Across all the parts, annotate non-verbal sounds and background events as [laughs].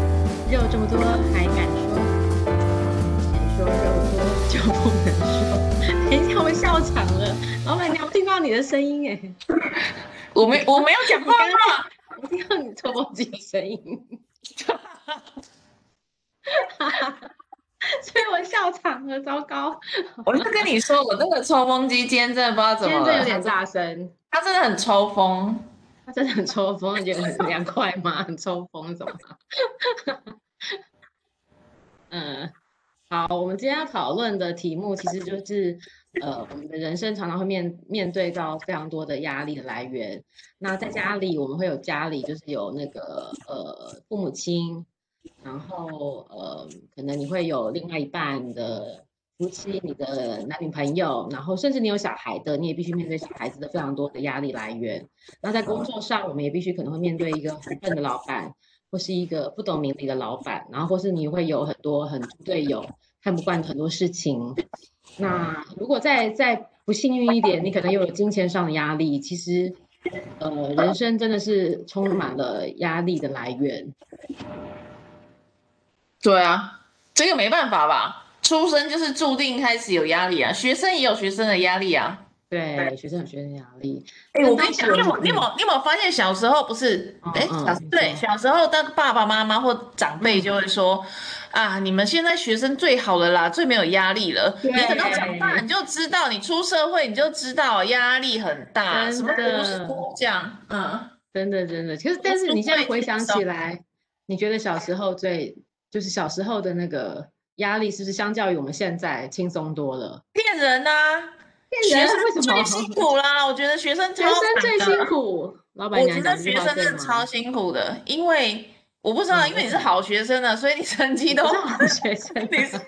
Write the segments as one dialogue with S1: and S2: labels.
S1: 说这么多还敢说？
S2: 你说肉多。
S1: 就不能说。等一下，我笑场了。老板娘，我听到你的声音哎，
S3: 我 [laughs] 没我没有讲
S1: 我
S3: 话
S1: 刚
S3: 吗？
S1: 刚我听到你抽风机的声音， [laughs] 所以我笑场了，糟糕，
S3: 我是跟你说，我那个抽风机今天真的不知道怎
S1: 今
S3: 么
S1: 天真
S3: 了，
S1: 的有点大声。
S3: 它真的很抽风。
S1: 他真的很抽风，你觉得很凉快吗？很抽风，怎么了？嗯，好，我们今天要讨论的题目其实就是，呃，我们的人生常常会面面对到非常多的压力的来源。那在家里，我们会有家里就是有那个呃父母亲，然后呃，可能你会有另外一半你的夫妻、你的男女朋友，然后甚至你有小孩的，你也必须面对小孩子的非常多的压力来源。那在
S3: 嗯
S1: 工作上，我们也必须可能会面对一个很笨的老板，或是一个不懂明理的老板，然后或是你会有很多很猪队友，看不惯很多事情。那如果再再不幸运一点，你可能又有金钱上的压力。其实，呃，人生真的是充满了压力的来源。
S3: 对啊，这个没办法吧？出生就是注定开始有压力啊，学生也有学生的压力啊。
S1: 对，学生有学生的压力。
S3: 哎、
S1: 但
S3: 我跟
S1: 当
S3: 你
S1: 时
S3: 讲，
S1: 我
S3: 你有
S1: 们
S3: 没有你有没有你有没有发现小时候不是？
S1: 嗯
S3: 哎、
S1: 嗯
S3: 小
S1: 你
S3: 对
S1: 说
S3: 小时候，当爸爸妈妈或长辈就会说、啊，你们现在学生最好了啦，最没有压力了。
S1: 对
S3: 你等到长大你就知道，你出社会你就知道压力很大，
S1: 真
S3: 什么读
S1: 的
S3: 书这样，嗯，
S1: 真的真的，其实
S3: 我
S1: 但
S3: 是
S1: 是你现在
S3: 会啊
S1: 回
S3: 觉
S1: 想
S3: 得
S1: 起
S3: 说
S1: 来，你觉得小时候最就是小时候的那个压力，是不是相较于我们现在轻松多了？
S3: 骗人呐、啊。学生
S1: 为什么 [laughs]
S3: 最？辛苦啦，我觉得学生
S1: 学
S3: 超
S1: 生
S3: 惨
S1: 最
S3: 的
S1: 辛苦，老板
S3: 我
S1: 娘
S3: 觉得
S1: 讲这
S3: 学
S1: 句话
S3: 生
S1: 对
S3: 真的超
S1: 吗？嗯
S3: 辛苦的，因为我不知道，因为你是好学生啊呢，所以你成绩都
S1: 我是好 [laughs] 学生
S3: [laughs] 你是
S1: 啊，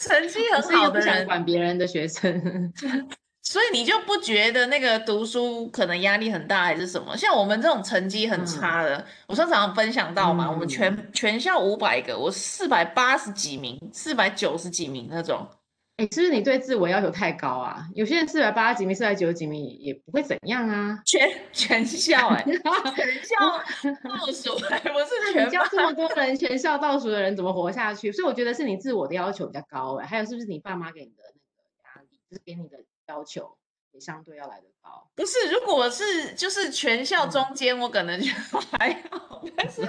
S3: 成绩
S1: 我
S3: 很
S1: 是一
S3: 好
S1: 个不
S3: 的
S1: 想
S3: 人，
S1: 管别人的学生。 [laughs]
S3: 所以你就不觉得那个读书可能压力很大还是什么？像我们这种成绩
S1: 嗯
S3: 很差的，我上次好像分享到嘛，我们全全校五百个，我四百八十几名，四百九十几名那种。
S1: 哎，是不是你对自我要求太高啊？有些人四百八十几名、四百九十几名也不会怎样啊。
S3: 全 [laughs] 全校哎、全校倒数、 [laughs] 哎我
S1: [laughs]
S3: 是
S1: 你
S3: 全
S1: 教
S3: 班
S1: 这么多 [laughs] 人，全校倒数的人怎么活下去？所以我觉得是你自我的要求比较高哎、还有是不是你爸妈给你的那个压力，就是给你的要求也相对要来得高？
S3: 不是，如果是就是全校中间，我可能觉得还好，但是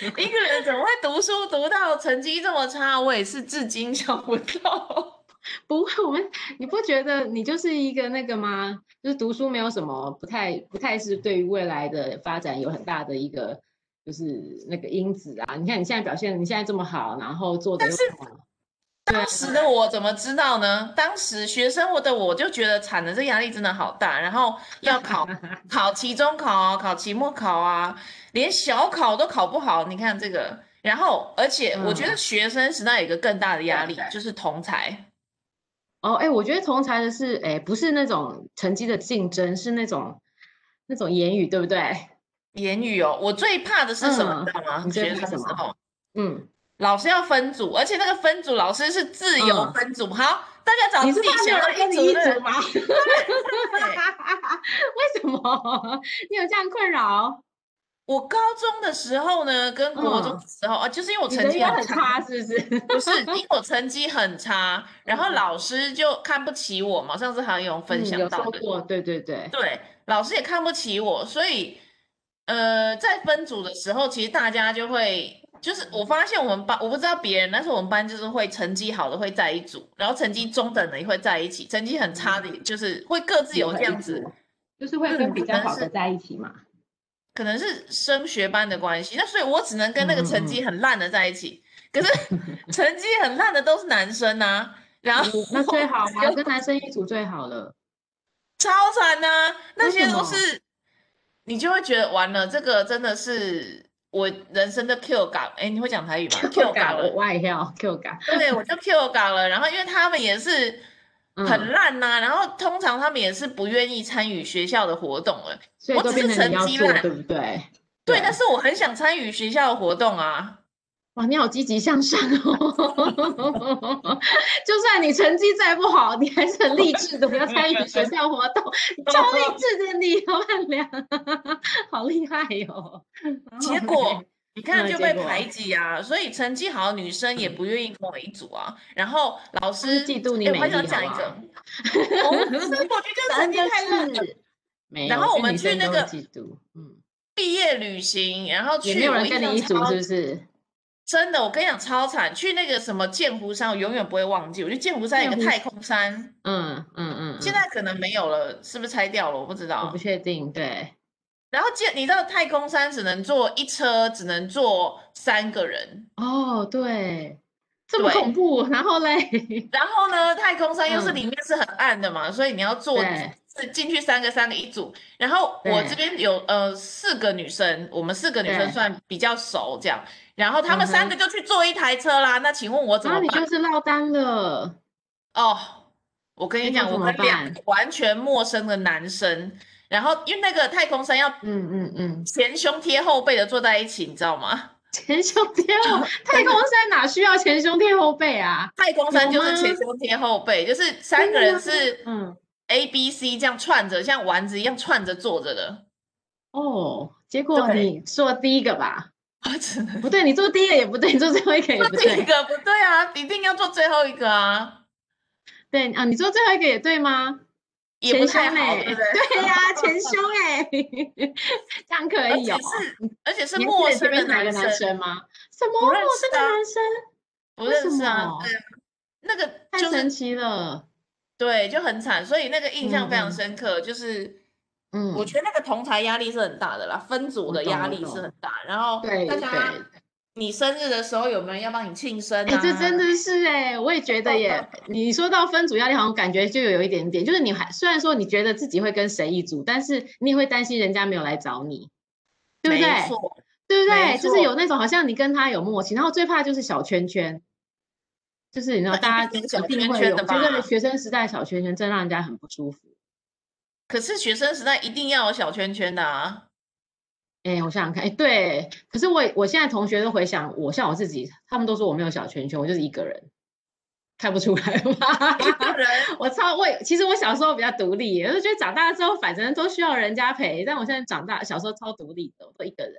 S3: 一个人怎么会读书读到成绩这么差，我也是至今想不到。
S1: 不会，我们你不觉得你就是一个那个吗？就是读书没有什么不太不太是对于未来的发展有很大的一个就是那个因子啊？你看你现在表现，你现在这么好，然后做的又这么对啊
S3: 当时的我怎么知道呢？当时学生我的我就觉得惨了，这压力真的好大。然后要
S1: [laughs]
S3: 考考期中考啊，考期末考啊，连小考都考不好。你看这个，然后而且我觉得
S1: 嗯
S3: 学生时代有一个更大的压力，就是同才。
S1: 哦，哎，我觉得同才的是，哎，不是那种成绩的竞争，是那种那种言语，对不对？
S3: 言语哦，我最怕的是什么？你知道吗？
S1: 嗯你最
S3: 学
S1: 怕
S3: 生
S1: 什
S3: 时
S1: 么
S3: 候，
S1: 嗯，
S3: 老师要分组，而且那个分组老师是自由
S1: 嗯
S3: 分组。好，大家找
S1: 你
S3: 啊自
S1: 是
S3: 己
S1: 怕没有
S3: 想要
S1: 人跟
S3: 一
S1: 你
S3: 组
S1: 一
S3: 的
S1: 组
S3: 人。
S1: 吗？ [laughs] 为什么？ [laughs] 你有这样困扰？
S3: 我高中的时候呢，跟国中
S1: 嗯
S3: 的时候啊，就是因为我
S1: 你
S3: 成
S1: 人
S3: 绩
S1: 缘很
S3: 很差，
S1: 差是不是？
S3: 不是因 [laughs] 为我成绩很差，然后老师就看不起我嘛。上次好像有分
S1: 嗯
S3: 享
S1: 有
S3: 到
S1: 说
S3: 的，
S1: 过，对对对，
S3: 对，老师也看不起我，所以呃，在分组的时候，其实大家就会，就是我发现我们班，我不知道别人，但是我们班就是会成绩好的会在一组，然后成绩中等的也会在一起，成绩很差
S1: 嗯
S3: 的也就是会各自有这样子，，
S1: 就是会
S3: 嗯
S1: 跟比
S3: 可
S1: 较
S3: 能
S1: 好的
S3: 是
S1: 在一起嘛。
S3: 可能是升学班的关系。那所以我只能跟那个
S1: 嗯
S3: 成绩很烂的在一起，可是 [laughs] 成绩很烂的都是男生啊，然后
S1: 嗯那最
S3: [laughs]
S1: 好啊，
S3: 就
S1: 跟男生一组最好了。
S3: 超惨呐、那
S1: 为
S3: 些
S1: 什
S3: 都
S1: 么
S3: 是，你就会觉得完了，这个真的是我人生的 Q 港。哎，你会讲台语吗？Q 港
S1: 我
S3: 了，
S1: 我也要 Q 感，
S3: 对，
S1: [laughs]
S3: 我就 Q 港了。然后因为他们也是很
S1: 嗯，
S3: 烂呐、然后通常他们也是不愿意参与学校的活动了。
S1: 所以
S3: 我
S1: 都
S3: 只是
S1: 变成你
S3: 成
S1: 要
S3: 绩
S1: 做，
S3: 烂
S1: 对不对？
S3: 对，但是我很想参与学校的活动啊。
S1: 哇，你好积极向上哦！ [laughs] 就算你成绩再不好，你还是很励志的，要参与学校活
S3: [laughs]
S1: 动，超 [laughs] 励志的你，老板娘，好厉害哟、哦！然
S3: 结
S1: 后
S3: 果
S1: 嘞
S3: 你
S1: 那
S3: 看就
S1: 结
S3: 被
S1: 果
S3: 排挤啊，所以成绩好的女生也不愿意跟我一组啊。然后老师
S1: 嫉妒你
S3: 诶我
S1: 美
S3: 还想
S1: 丽
S3: 讲一
S1: 好
S3: 个，
S1: 吧
S3: [laughs] 哦我不是我觉得成绩太烂了。
S1: 是没有，
S3: 然后
S1: 觉得
S3: 我们
S1: 女
S3: 去
S1: 生
S3: 那
S1: 都会
S3: 个
S1: 嫉妒，嗯，
S3: 毕业旅行，然后去
S1: 也没有
S3: 我
S1: 人
S3: 印
S1: 跟
S3: 象
S1: 你一组，
S3: 超
S1: 是不是？
S3: 真的，我跟你讲超惨，去那个什么剑湖山，我永远不会忘记。我去剑湖山有
S1: 剑
S3: 个
S1: 湖
S3: 太空山，
S1: 嗯嗯嗯，
S3: 现
S1: 嗯
S3: 在可能没有了，是不是拆掉了？我不知
S1: 我
S3: 道
S1: 不。确定，对，
S3: 然后剑，你到太空山只能坐一车，只能坐三个人。
S1: 哦，对，这么
S3: 对
S1: 恐怖，然后嘞，
S3: 然后呢，太空山又是
S1: 嗯
S3: 里面是很暗的嘛，所以你要坐
S1: 对
S3: 是进去三个三个一组。然后我这边有呃四个女生，我们四个女
S1: 对
S3: 生算比较熟这样。然后她们
S1: 嗯
S3: 三
S1: 哼
S3: 个就去坐一台车啦。那请问我怎
S1: 然后啊你
S3: 么办？
S1: 就是落单了，
S3: 哦，我跟你
S1: 结果
S3: 讲，
S1: 怎
S3: 我
S1: 么
S3: 跟两
S1: 办
S3: 个完全陌生的男生，然后因为那个太空山要
S1: 嗯嗯嗯，
S3: 前胸贴后背的坐在一起，你知道吗？
S1: [laughs] 前胸贴后，
S3: 啊
S1: 太空山哪需要前胸贴后背啊？
S3: 太空山
S1: 有
S3: 就是前
S1: 吗
S3: 胸贴后背，就是三
S1: 真
S3: 个
S1: 的吗
S3: 人是
S1: 嗯，
S3: A、B、C 这样串着，像丸子一样串着坐着的。
S1: 哦，结果
S3: 对
S1: 你做第一个吧？
S3: 我只能
S1: 不对，你做第一个也不对，你做最后一
S3: [laughs]
S1: 个也
S3: 做
S1: 不
S3: 第一
S1: 对，
S3: 个不对啊，一定要做最后一个啊，
S1: 对啊，你做最后一个也对吗？
S3: 也不
S1: 前胸
S3: 太好，
S1: 欸
S3: 对不对？
S1: [laughs] 对呀、前胸哎、 [laughs] 这样可
S3: 而
S1: 以
S3: 且
S1: 哦。
S3: 是而且是
S1: 你还记
S3: 陌
S1: 得前
S3: 生
S1: 面
S3: 的
S1: 是哪个
S3: 男
S1: 男
S3: 生，
S1: 生吗？什么
S3: 不
S1: 陌
S3: 认
S1: 生
S3: 识
S1: 的
S3: 啊
S1: 男生？
S3: 不
S1: 为
S3: 认
S1: 什
S3: 识啊
S1: 么，
S3: 对啊，那个
S1: 太
S3: 就是
S1: 神奇了。
S3: 对，就很惨，所以那个印象非
S1: 嗯
S3: 常
S1: 嗯
S3: 深刻。就是
S1: 嗯，
S3: 我觉得那个同才压力是很大的啦，分组
S1: 我
S3: 的
S1: 懂
S3: 压
S1: 我
S3: 力是
S1: 懂
S3: 很大。然后
S1: 对
S3: 大家
S1: 对，
S3: 你生日的时候有没有人要帮你庆生
S1: 哎、
S3: 啊？
S1: 这真的是哎、我也觉得
S3: [laughs]
S1: 耶。你说到分组压力，好像感觉就有一点点，就是你还虽然说你觉得自己会跟谁一组，但是你也会担心人家没有来找你，对不对？
S3: 没错，
S1: 对不
S3: 没
S1: 对？就是有
S3: 错
S1: 那种好像你跟他有默契，然后最怕就是小圈圈，就是你知道
S3: 那一 [laughs]
S1: 大家
S3: 定有
S1: 一
S3: 小
S1: 定
S3: 圈
S1: 会
S3: 圈
S1: 有，
S3: 的
S1: 就
S3: 吧
S1: 是学生时代小圈圈，真让人家很不舒服。
S3: 可是学生时代一定要有小圈圈的啊。
S1: 哎，我想想看，哎，对，可是我我现在同学都回想我，像我自己，他们都说我没有小圈圈，我就是一个人，看不出来吗？
S3: 一个人
S1: [laughs] 我超我也其实我小时候比较独立，我就觉得长大之后反正都需要人家陪，但我现在长大，小时候超独立的，我都一个人。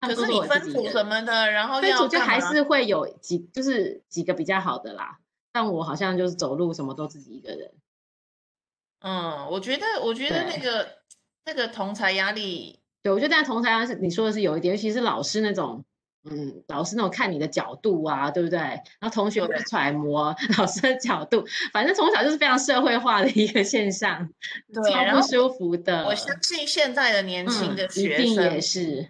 S1: 他
S3: 可
S1: 们
S3: 是
S1: 都
S3: 你
S1: 说我自
S3: 分
S1: 己一
S3: 组
S1: 个
S3: 什
S1: 人
S3: 么的，然后
S1: 分
S3: 要
S1: 组就
S3: 干
S1: 还
S3: 嘛
S1: 是会有几，就是几个比较好的啦。但我好像就是走路什么都自己一个人。
S3: 嗯，我觉得我觉得那
S1: 对
S3: 个那个同才压力，
S1: 对，我觉得在同台湾是你说的是有一点，尤其是老师那种，嗯，老师那种看你的角度啊，对不对？然后同学会
S3: 对
S1: 揣摩 [laughs] 老师的角度，反正从小就是非常社会化的一个现象，
S3: 对
S1: 超
S3: 然
S1: 不
S3: 后
S1: 舒服的。
S3: 我相信现在的年轻
S1: 嗯
S3: 的
S1: 一
S3: 学
S1: 定也
S3: 生
S1: 是，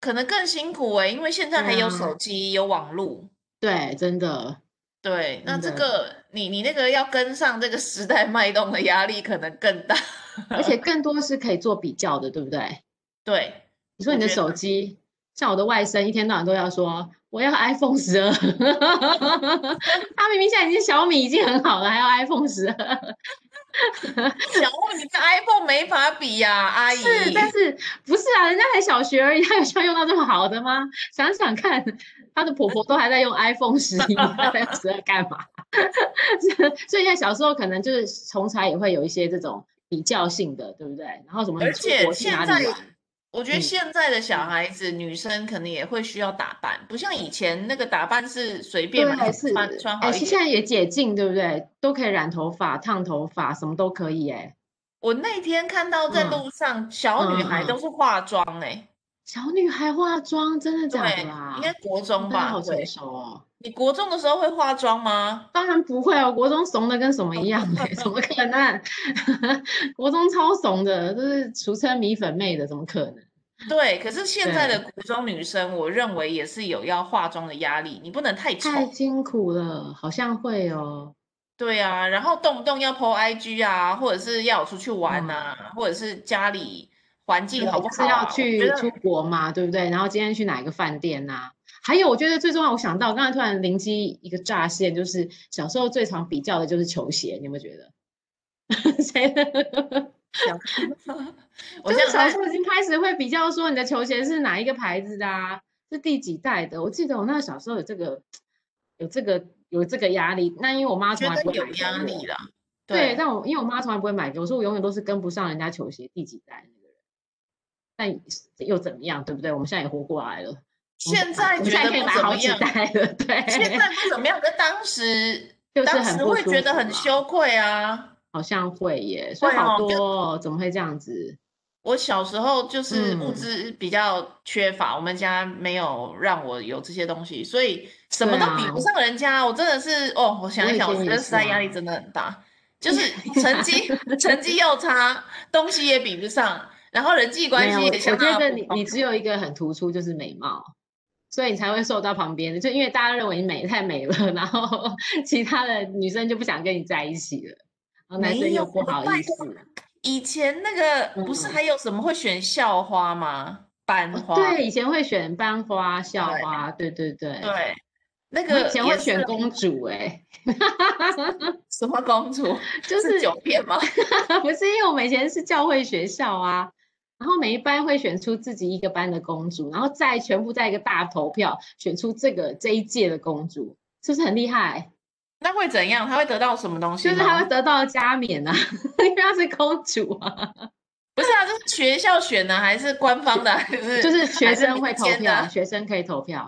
S3: 可能更辛苦哎，因为现在
S1: 对
S3: 还有
S1: 啊
S3: 手机，有网络。
S1: 对，真
S3: [laughs]
S1: 的，
S3: 对，那
S1: 真
S3: 这
S1: 的
S3: 个你你那个要跟上这个时代脉动的压力可能更大。 [laughs]
S1: 而且更多是可以做比较的，对不对？
S3: 对，
S1: 你说
S3: 我
S1: 你的
S3: 觉得
S1: 手机，像我的外甥一天到晚都要说我要 iPhone 十二， [laughs] 他明明现在已经小米已经很好了，还要 iPhone 十二。
S3: 想问你跟 iPhone 没法比呀、阿姨。
S1: 是，但是不是啊？人家才小学而已，他有需要用到这么好的吗？想想看，她的婆婆都还在用 iPhone 十一，还在十二干嘛？ [laughs] 所以，现在小时候可能就是从才也会有一些这种比较性的，对不对？然后什么你
S3: 而
S1: 出
S3: 且
S1: 国去
S3: 现
S1: 哪
S3: 在
S1: 里玩？
S3: 我觉得
S1: 嗯
S3: 现在的小孩子，女生可能也会需要打扮，不像以前那个打扮是随便嘛，
S1: 对，
S3: 你
S1: 是
S3: 穿穿
S1: 哎，
S3: 好一
S1: 现
S3: 点。
S1: 在也解禁，对不对？都可以染头发、烫头发，什么都可以。哎，
S3: 我那天看到在
S1: 嗯
S3: 路上小女孩
S1: 嗯嗯
S3: 都是化妆哎、
S1: 小女孩化妆，真的假
S3: 对
S1: 的，啦
S3: 应？该国中
S1: 大家
S3: 吧？
S1: 好成
S3: 对，
S1: 熟哦。
S3: 你国中的时候会化妆吗？
S1: 当然不会哦，国中怂的跟什么一
S3: [laughs]
S1: 样欸怎么可能？ [laughs] 国中超怂的，就是俗称米粉妹的，怎么可能？
S3: 对，可是现在的国中女生，我认为也是有要化妆的压力，你不能太
S1: 太
S3: 丑。
S1: 辛苦了，好像会哦。
S3: 对啊，然后动不动要 po IG 啊，或者是要有出去玩
S1: 嗯
S3: 啊，或者是家里环境
S1: 对
S3: 好不
S1: 就是
S3: 好
S1: 要
S3: 啊？我觉
S1: 去
S3: 得
S1: 出国嘛，对不对？然后今天去哪一个饭店呐、还有，我觉得最重要，我想到我刚才突然灵机一个乍现，就是小时候最常比较的就是球鞋，你有没有觉得？ [laughs] 谁的？
S3: 想 [laughs] 我
S1: 就
S3: 想
S1: 是小
S3: 想
S1: 时候已经开始会比较说你的球鞋是哪一个牌子的啊，是第几代的。我记得我那小时候有这个，有这个，有这个压力。那因为我妈
S3: 看，觉
S1: 从来不
S3: 得
S1: 会
S3: 有
S1: 买给
S3: 压
S1: 我
S3: 力啦。
S1: 对，但我因为我妈从来不会买给我，所以我永远都是跟不上人家球鞋第几代那个人。但又怎么样，对不对？我们现在也活过来了，
S3: 现在
S1: 我们
S3: 觉
S1: 现在
S3: 得
S1: 可以
S3: 不
S1: 买
S3: 怎
S1: 好
S3: 么
S1: 几
S3: 样，
S1: 袋了，对，
S3: 现在不怎么样，跟当时
S1: [laughs] 就是
S3: 当
S1: 很
S3: 时
S1: 不
S3: 会
S1: 舒
S3: 觉得
S1: 服
S3: 很
S1: 啦
S3: 羞愧啊。
S1: 好像会耶，所以
S3: 会
S1: 好
S3: 哦就
S1: 多哦，怎么会这样子？
S3: 我小时候就是物
S1: 嗯
S3: 资比较缺乏，我们家没有让我有这些东西，所以什么
S1: 对
S3: 都比不
S1: 啊
S3: 上人家。我真的是哦，我想
S1: 我
S3: 一
S1: 以
S3: 想，我
S1: 前也
S3: 觉得
S1: 是
S3: 时代压力
S1: 啊
S3: 真的很大，就是成
S1: [laughs]
S3: 绩成绩又差，东西也比不上，然后人际关
S1: 没有，
S3: 系
S1: 我
S3: 也相
S1: 我觉
S3: 当
S1: 得
S3: 的普
S1: 你
S3: 通。
S1: 你只有一个很突出，就是美貌，所以你才会受到旁边的，就因为大家认为你美太美了， [laughs] 然后其他的女生就不想跟你在一起了，然后男
S3: 没
S1: 生又
S3: 有
S1: 不好
S3: 拜
S1: 意思
S3: 托。以前那个不是
S1: 嗯
S3: 还有什么会选校花吗？班
S1: 哦
S3: 花，
S1: 对，以前会选班花、校
S3: 对
S1: 花，对对对，
S3: 对，那
S1: 我
S3: 个
S1: 以前
S3: 也
S1: 会
S3: 是
S1: 选公主、欸，
S3: 什么公主？
S1: 就是
S3: 九片吗？
S1: [laughs]
S3: [laughs]
S1: 不是，因为我们以前是教会学校啊，然后每一班会选出自己一个班的公主，然后再全部在一个大投票选出这个这一届的公主，是不是很厉害？
S3: 那会怎样？她会得到什么东西
S1: 就
S3: 吗？
S1: 是她会得到加冕啊， [laughs] 因为她是公主啊，
S3: 不是啊，这是学校选的还是官方的？还是
S1: 就是学
S3: 还是
S1: 生
S3: 民
S1: 会投
S3: 间
S1: 票，啊
S3: 的？
S1: 学生可以投票。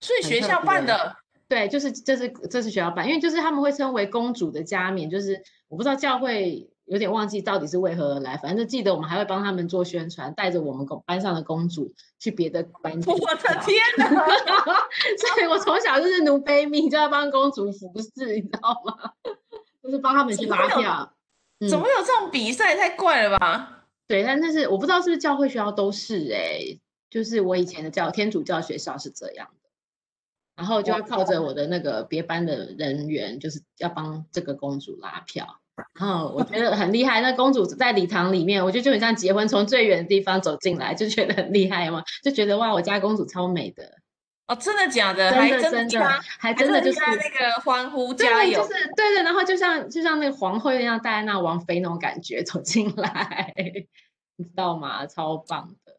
S3: 所以
S1: 很
S3: 学
S1: 特
S3: 校办
S1: 别
S3: 的
S1: 对，就是这是这是学校版，因为就是他们会称为公主的加冕，就是我不知道教会有点忘记到底是为何而来，反正记得我们还会帮他们做宣传，带着我们公班上的公主去别的班级。
S3: 我的天哪！
S1: 所以我从小就是奴卑命，就要帮公主服侍，你知道吗？ [laughs] 就是帮他们去
S3: 怎么
S1: 拉
S3: 会有
S1: 票。
S3: 怎
S1: 嗯
S3: 么会有这种比赛？太怪了吧！
S1: 对，但但是我不知道是不是教会学校都是哎、就是我以前的教天主教学校是这样的，然后就
S3: 哇
S1: 要靠着我的那个别班的人员，就是要帮这个公主拉票。然后我觉得很厉害，那公主在礼堂里面，我觉得就很像结婚，从最远的地方走进来，就觉得很厉害嘛，就觉得哇，我家公主超美的，
S3: 哦，真的假的？还
S1: 呃真的真
S3: 真替
S1: 的
S3: 她
S1: 还
S3: 还
S1: 真的
S3: 替
S1: 就是啊
S3: 她那个欢呼
S1: 对
S3: 加油
S1: 就！是对对，然后就像就像那个皇后一样，戴安娜王妃那种感觉走进来， [laughs] 你知道吗？超棒的。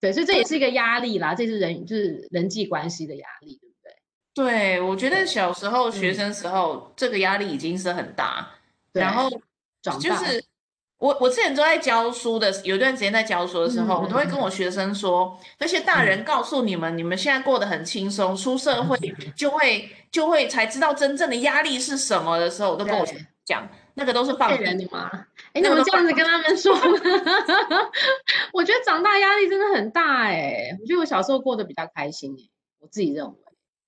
S1: 对，所以这也是一个压力啦，这是人就是人际关系的压力，对不对？
S3: 对，我觉得
S1: 对
S3: 小时候学
S1: 嗯
S3: 生时候、这个压力已经是很大，
S1: 对
S3: 然后
S1: 长
S3: 就
S1: 大
S3: 是我我之前都在教书的，有一段时间在教书的时候，我都
S1: 嗯
S3: 会
S1: 嗯嗯
S3: 跟我学生说，那些大人告诉你们，你们现在过得很轻松，出社会
S1: 嗯
S3: 就会就会才知道真正的压力是什么的时候，我都跟我学
S1: 对
S3: 生讲，那个都是放
S1: 骗
S3: 屁。
S1: 人的吗？哎，你
S3: 那个
S1: 们
S3: 都
S1: 这样子跟他们说 [laughs] 我觉得长大压力真的很大哎、我觉得我小时候过得比较开心哎、我自己认为。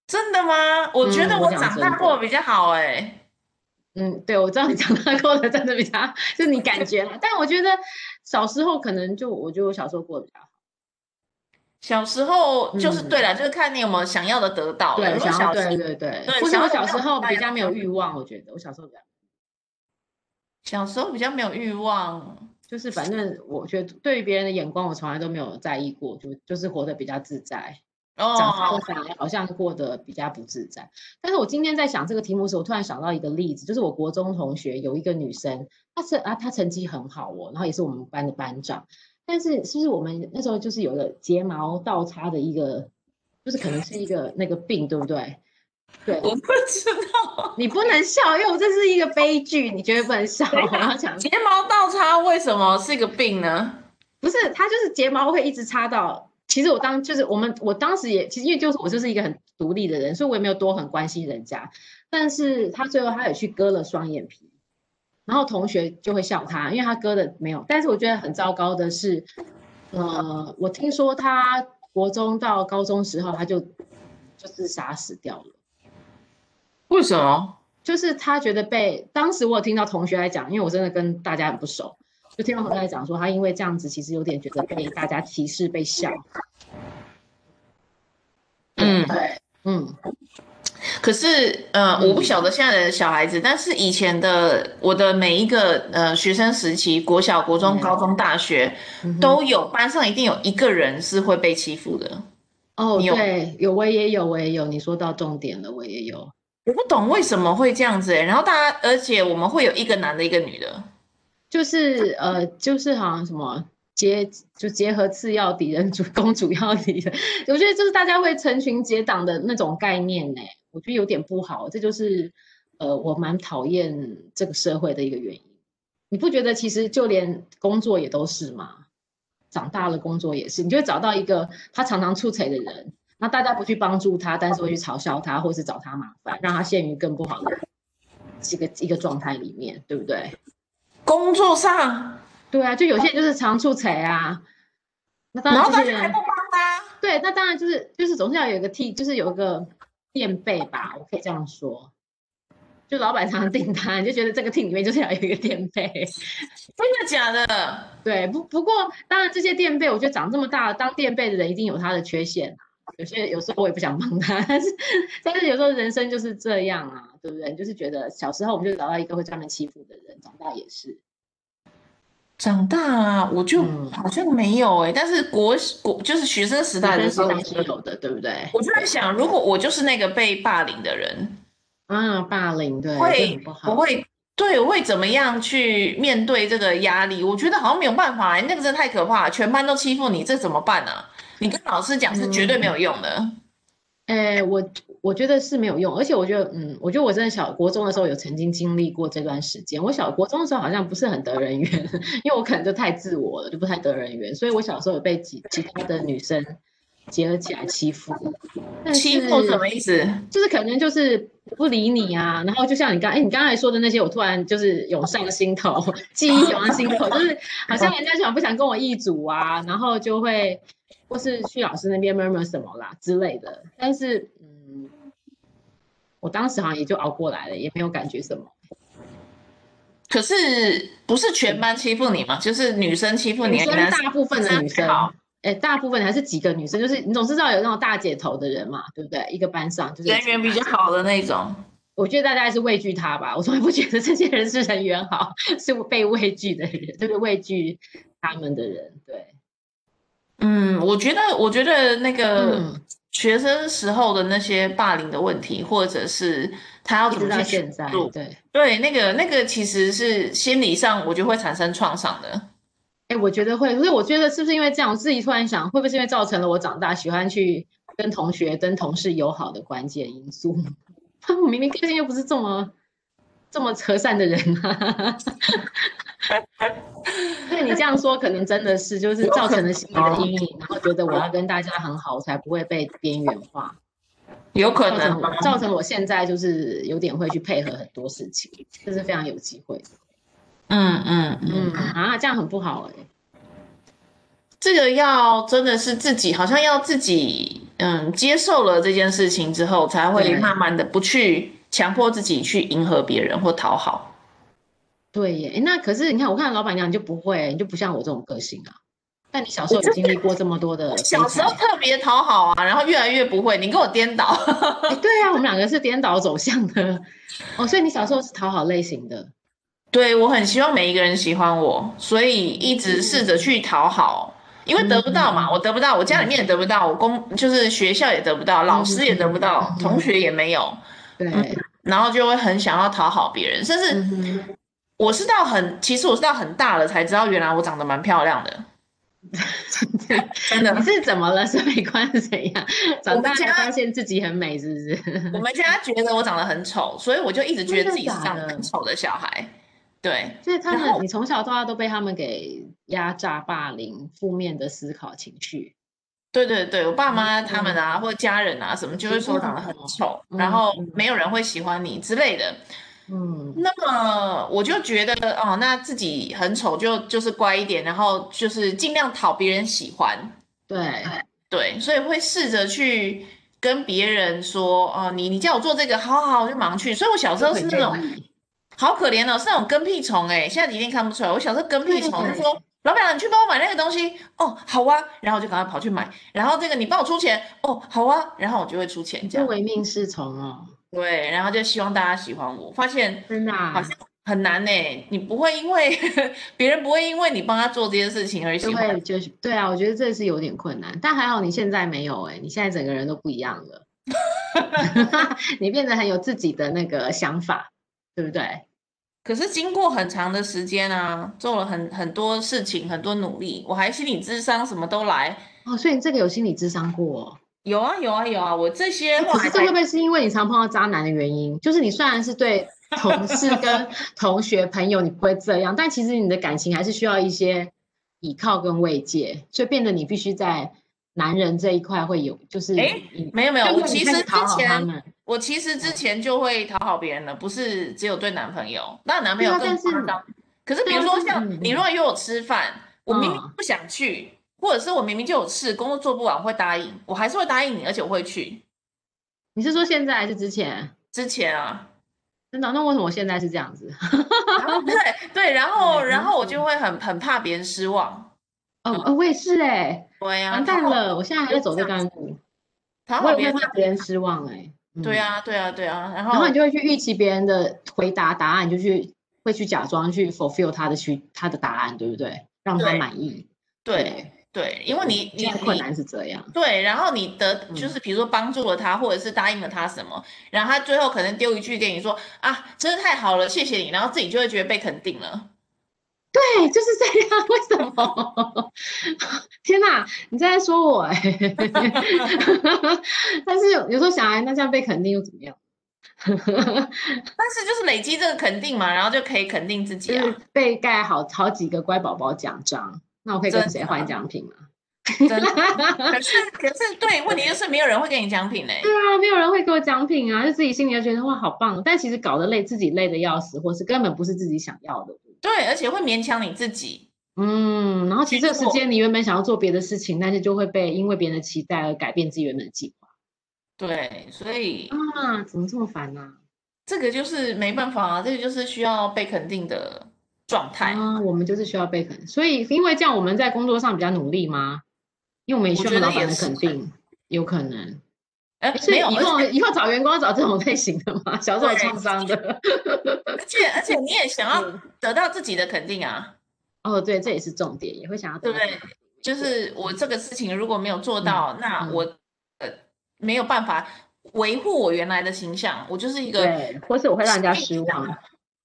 S3: 真的吗？我觉
S1: 嗯
S3: 得
S1: 我
S3: 我
S1: 讲
S3: 长
S1: 真
S3: 大
S1: 的
S3: 过得比较好哎、
S1: 嗯，对，我知道你长大过得真的比较， [laughs] 就是你感觉啦。但我觉得小时候可能就，我觉得我小时候过得比较好。
S3: 小时候就是对了，就是看你有没有想要的得到
S1: 嗯
S3: 了。
S1: 对，
S3: 如果
S1: 想要
S3: 小时
S1: 对对对，
S3: 对
S1: 或是
S3: 想
S1: 我
S3: 要
S1: 小
S3: 怎
S1: 时
S3: 么样
S1: 候
S3: 大
S1: 比
S3: 家
S1: 较
S3: 都
S1: 没有
S3: 想
S1: 欲望，我觉得我小时候比较，
S3: 小时候比较没有欲望，
S1: 就是反正我觉得对于别人的眼光，我从来都没有在意过，就就是活得比较自在。长大后，
S3: 哦
S1: 反而好像过得比较不自在。但是我今天在想这个题目的时候，我突然想到一个例子，就是我国中同学有一个女生，她是啊，她成绩很好哦，然后也是我们班的班长。但是是不是我们那时候就是有了睫毛倒插的一个，就是可能是一个那个病，对不对？对，
S3: [laughs] 我不知道
S1: 你不能笑，因为我这是一个悲剧，你绝对不能笑。
S3: 等一
S1: 我要讲，
S3: 睫毛倒插为什么是一个病呢？
S1: 不是，他就是睫毛会一直插到。其实我当就是我们，我当时也其实因为就是我就是一个很独立的人，所以我也没有多很关心人家。但是他最后他也去割了双眼皮，然后同学就会笑他，因为他割的没有。但是我觉得很糟糕的是，呃，我听说他国中到高中时候他就就自杀死掉了。
S3: 为什么？
S1: 就是他觉得被当时我有听到同学来讲，因为我真的跟大家很不熟，就听到同学来讲说，他因为这样子其实有点觉得被大家歧视、被笑。
S3: 嗯，
S1: 嗯，
S3: 可是呃，我不晓得现在的小孩子，但是以前的我的每一个呃学生时期，国小、国中、
S1: 嗯
S3: 高中、大学
S1: 嗯哼
S3: 都有班上一定有一个人是会被欺负的。
S1: 哦，
S3: 你有
S1: 对，有我也有，我也有，你说到重点了，我也有。
S3: 我不懂为什么会这样子、欸，然后大家，而且我们会有一个男的，一个女的。
S1: 就是呃，就是好像什么结就结合次要敌人主攻主要敌人，我觉得就是大家会成群结党的那种概念呢，我觉得有点不好，这就是呃我蛮讨厌这个社会的一个原因。你不觉得其实就连工作也都是吗？长大了工作也是，你就会找到一个他常常出彩的人，那大家不去帮助他，但是会去嘲笑他，或是找他麻烦，让他陷于更不好的这个一个状态里面，对不对？
S3: 工作上，
S1: 对啊，就有些人就是常出彩啊，那当
S3: 哦然后
S1: 这
S3: 大
S1: 些
S3: 家还
S1: 人
S3: 不帮啊他，
S1: 对，那当然就是就是总是要有一个替，就是有一个垫背吧，我可以这样说。就老板常常订单，你就觉得这个 team 里面就是要有一个垫背。
S3: 真的假的？
S1: 对，不不过当然这些垫背，我觉得长这么大了，当垫背的人一定有他的缺陷啊。有些有时候我也不想帮他，但是 [laughs] 但是有时候人生就是这样啊，对不对？你就是觉得小时候我们就找到一个会专门欺负的人，长大也是。
S3: 长大啊，我就
S1: 嗯
S3: 好像没有哎、但是国国就是学生时代
S1: 但
S3: 的
S1: 是
S3: 时候，
S1: 当时有的，对不对？
S3: 我就在想，如果我就是那个被霸凌的人，
S1: 啊，霸凌对，这
S3: 会
S1: 很不
S3: 我
S1: 好。
S3: 会对我会怎么样去面对这个压力？我觉得好像没有办法、欸，那个真的太可怕了，全班都欺负你，这怎么办啊？你跟老师讲是绝对没有用的。
S1: 哎，我我觉得是没有用，而且我觉得，嗯，我觉得我真的小国中的时候有曾经经历过这段时间。我小国中的时候好像不是很得人缘， [laughs] 因为我可能就太自我了，就不太得人缘，所以我小时候有被其其他的女生结合起来欺负。但
S3: 欺负
S1: 是
S3: 什么意思？
S1: 嗯就是可能就是不理你啊，然后就像你刚哎你刚才说的那些，我突然就是涌上心头，记忆涌上心头，就是好像人家想不想跟我一组啊，然后就会或是去老师那边 murmur 什么啦之类的，但是嗯，我当时好像也就熬过来了，也没有感觉什么。
S3: 可是不是全班欺负你嘛？就是女生欺负
S1: 女
S3: 你，
S1: 生
S3: 男
S1: 大部分的女生
S3: 好，
S1: 哎、大部分还是几个女生，就是你总是知道有那种大姐头的人嘛，对不对？一个班上就是有
S3: 人
S1: 几
S3: 缘
S1: 个
S3: 比
S1: 大
S3: 较
S1: 姐
S3: 好的那种。
S1: 我觉得大家还是畏惧他吧，我从来不觉得这些人是人缘好， [laughs] 是被畏惧的人，就是畏惧他们的人。对，
S3: 嗯，我觉得，我觉得那个
S1: 嗯
S3: 学生时候的那些霸凌的问题，或者是他要
S1: 一
S3: 怎
S1: 直
S3: 么
S1: 到
S3: 去
S1: 现在
S3: 做，，
S1: 对，
S3: 对，那个那个其实是心理上，我就会产生创伤的。
S1: 哎，我觉得会，所以我觉得是不是因为这样，我自己突然想，会不会是因为造成了我长大喜欢去跟同学、跟同事友好的关键因素？ [laughs] 我明明个性又不是这么这么和善的人啊。 [laughs] 对你这样说，可能真的是就是造成了心理的阴影，然后觉得我要跟大家很好，我才不会被边缘化。
S3: 有可
S1: 造
S3: 能
S1: 成我造成我现在就是有点会去配合很多事情，这是非常有机会的。
S3: 嗯嗯
S1: 嗯
S3: 嗯，
S1: 啊，这样很不好哎、
S3: 这个要真的是自己，好像要自己，嗯，接受了这件事情之后，才会
S1: 对
S3: 慢慢的不去强迫自己去迎合别人或讨好。
S1: 对耶，诶那可是你看，我看老板娘你就不会，你就不像我这种个性啊。但你小时候有经历过这么多的
S3: 我
S1: 悲
S3: 小时候
S1: 惨
S3: 特别讨好啊，然后越来越不会，你跟我颠倒。 [laughs]
S1: 诶对啊，我们两个是颠倒走向的哦，所以你小时候是讨好类型的，
S3: 对，我很希望每一个人喜欢我，所以一直试着去讨好，因为得不到嘛，我得不到，我家里面也得不到，我公就是学校也得不到，老师也得不到，同学也没有，
S1: 对，
S3: 然后就会很想要讨好别人，甚至
S1: 嗯哼，
S3: 我是到很，其实我是到很大了才知道，原来我长得蛮漂亮的， [laughs] 真的
S1: [laughs] 你。是怎么了？审美观是怎样？长
S3: 我
S1: 大
S3: 们
S1: 才
S3: 家
S1: 发现自己很美，是不是？ [laughs]
S3: 我们家觉得我长得很丑，所以我就一直觉得自己是长
S1: 真的
S3: 得
S1: 假
S3: 很
S1: 的
S3: 丑的小孩。对，
S1: 所以他
S3: 然后
S1: 们，你从小到大都被他们给压榨、霸凌、负面的思考情绪。
S3: 对对对，我爸妈他们啊，或者家人啊什么，就会说长得很丑，
S1: 嗯
S3: 然后
S1: 嗯
S3: 没有人会喜欢你之类的。
S1: 嗯，
S3: 那么我就觉得，哦，那自己很丑就就是乖一点，然后就是尽量讨别人喜欢。
S1: 对，
S3: 哎对，所以会试着去跟别人说，哦，你你叫我做这个，好好好，我就忙去。所以我小时候是那种好可怜哦，是那种跟屁虫哎、现在你一定看不出来。我小时候跟屁虫，
S1: 对
S3: 就说老板啊娘，你去帮我买那个东西哦，好啊，然后我就赶快跑去买。然后这个你帮我出钱哦，好啊，然后我就会出钱这
S1: 是
S3: 样。
S1: 唯命是从哦，
S3: 对，然后就希望大家喜欢我。发现
S1: 真的、
S3: 好像很难呢、你不会因为 [laughs] 别人不会因为你帮他做这件事情而
S1: 就
S3: 喜欢
S1: 会
S3: 你。
S1: 就是对啊，我觉得这是有点困难，但还好你现在没有哎、你现在整个人都不一样
S3: [laughs]
S1: 了， [laughs] 你变得很有自己的那个想法，对不对？
S3: 可是经过很长的时间啊，做了很很多事情，很多努力，我还心理智商什么都来。
S1: 哦，所以你这个有心理智商过、哦。
S3: 有啊有啊有啊，我这些后
S1: 可
S3: 来
S1: 是这
S3: 才
S1: 会不会是因为你常碰到渣男的原因？就是你虽然是对
S3: [laughs]
S1: 同事跟同学朋友你不会这样，但其实你的感情还是需要一些倚靠跟慰藉，所以变得你必须在男人这一块会有，就是
S3: 诶
S1: 你
S3: 没有没有，
S1: 就
S3: 我
S1: 是你
S3: 其
S1: 开
S3: 实
S1: 始啊讨
S3: 之
S1: 好他
S3: 前
S1: 们，
S3: 我其实
S1: 嗯
S3: 之前就会讨好别人了，不是只有对男朋友，那男朋
S1: 对
S3: 友
S1: 啊
S3: 更
S1: 但是
S3: 夸张。可是比
S1: 对啊
S3: 如说
S1: 但是
S3: 像
S1: 嗯
S3: 你如果约我吃饭，我明明
S1: 嗯
S3: 不想去，或者是我明明就有事，工作做不完，我会答应，我还是会答应你，而且我会去。
S1: 你是说现在还是之前？
S3: 之前啊，
S1: 真的？那为什么现在是这样子？ [laughs]
S3: 然后对对，然后
S1: 对
S3: 然
S1: 嗯
S3: 后我就会很很怕别人失望。
S1: 哦，哦我也是哎、
S3: 对呀，
S1: 完
S3: 讨
S1: 蛋
S3: 好
S1: 了，我现在还在走这段路，
S3: 讨
S1: 我
S3: 好
S1: 也
S3: 别
S1: 会
S3: 人。
S1: 怕别人失望哎、嗯
S3: 对，啊，对啊，对啊，然
S1: 然后
S3: 后
S1: 你就会去预期别人的回答答案，你就去会去假装去 fulfill 他的需他的答案，对不对？让他
S3: 对
S1: 满意。
S3: 对对，因为你你
S1: 现在
S3: 你
S1: 困难是这样，
S3: 对，然后你得就
S1: 嗯
S3: 是比如说帮助了他，或者是答应了他什么，然后他最后可能丢一句给你说啊，真的太好了，谢谢你，然后自己就会觉得被肯定了。
S1: 对，就是这样。为什么？ [laughs] 天哪，你在说我哎、 [laughs] 但是有时候想，哎，那这样被肯定又怎么样？
S3: 但是就是累积这个肯定嘛，然后就可以肯定自己
S1: 就
S3: 啊，
S1: 是被盖好好几个乖宝宝奖章，那我可以跟
S3: 真
S1: 谁
S3: 的
S1: 换奖品吗？
S3: 真的。可是可是对，问题就是没有人会给你奖品嘞、
S1: 对啊，没有人会给我奖品啊，就自己心里就觉得哇好棒，但其实搞得累，自己累得要死，或是根本不是自己想要的。
S3: 对，而且会勉强你自己。
S1: 嗯，然后其实这个时
S3: 做
S1: 间你原本想要做别的事情，但是就会被因为别人的期待而改变自己原本的计划
S3: 对，所以
S1: 啊，怎么这么烦呢、
S3: 这个就是没办法啊，这个就是需要被肯定的状
S1: 啊？
S3: 态。
S1: 我们就是需要被肯，所以因为这样我们在工作上比较努力吗？因为我们也
S3: 我
S1: 需
S3: 觉
S1: 要老
S3: 得也
S1: 板的
S3: 是
S1: 肯定，有可能。
S3: 哎、
S1: 诶所以
S3: 没有，
S1: 以
S3: 而且
S1: 后以后找员工要找这种类型的吗？小手
S3: 对
S1: 创伤的。
S3: 而且而且你也想要
S1: 嗯
S3: 得到自己的肯定啊。
S1: 哦，对，这也是重点，也会想要得
S3: 对
S1: 到
S3: 不
S1: 这
S3: 对
S1: 个？
S3: 就是我这个事情如果没有做
S1: 嗯
S3: 到，那
S1: 嗯
S3: 我呃没有办法维护我原来的形象，我就是一个
S1: 对，或是我会让人家
S3: 使
S1: 失
S3: 命必达
S1: 望。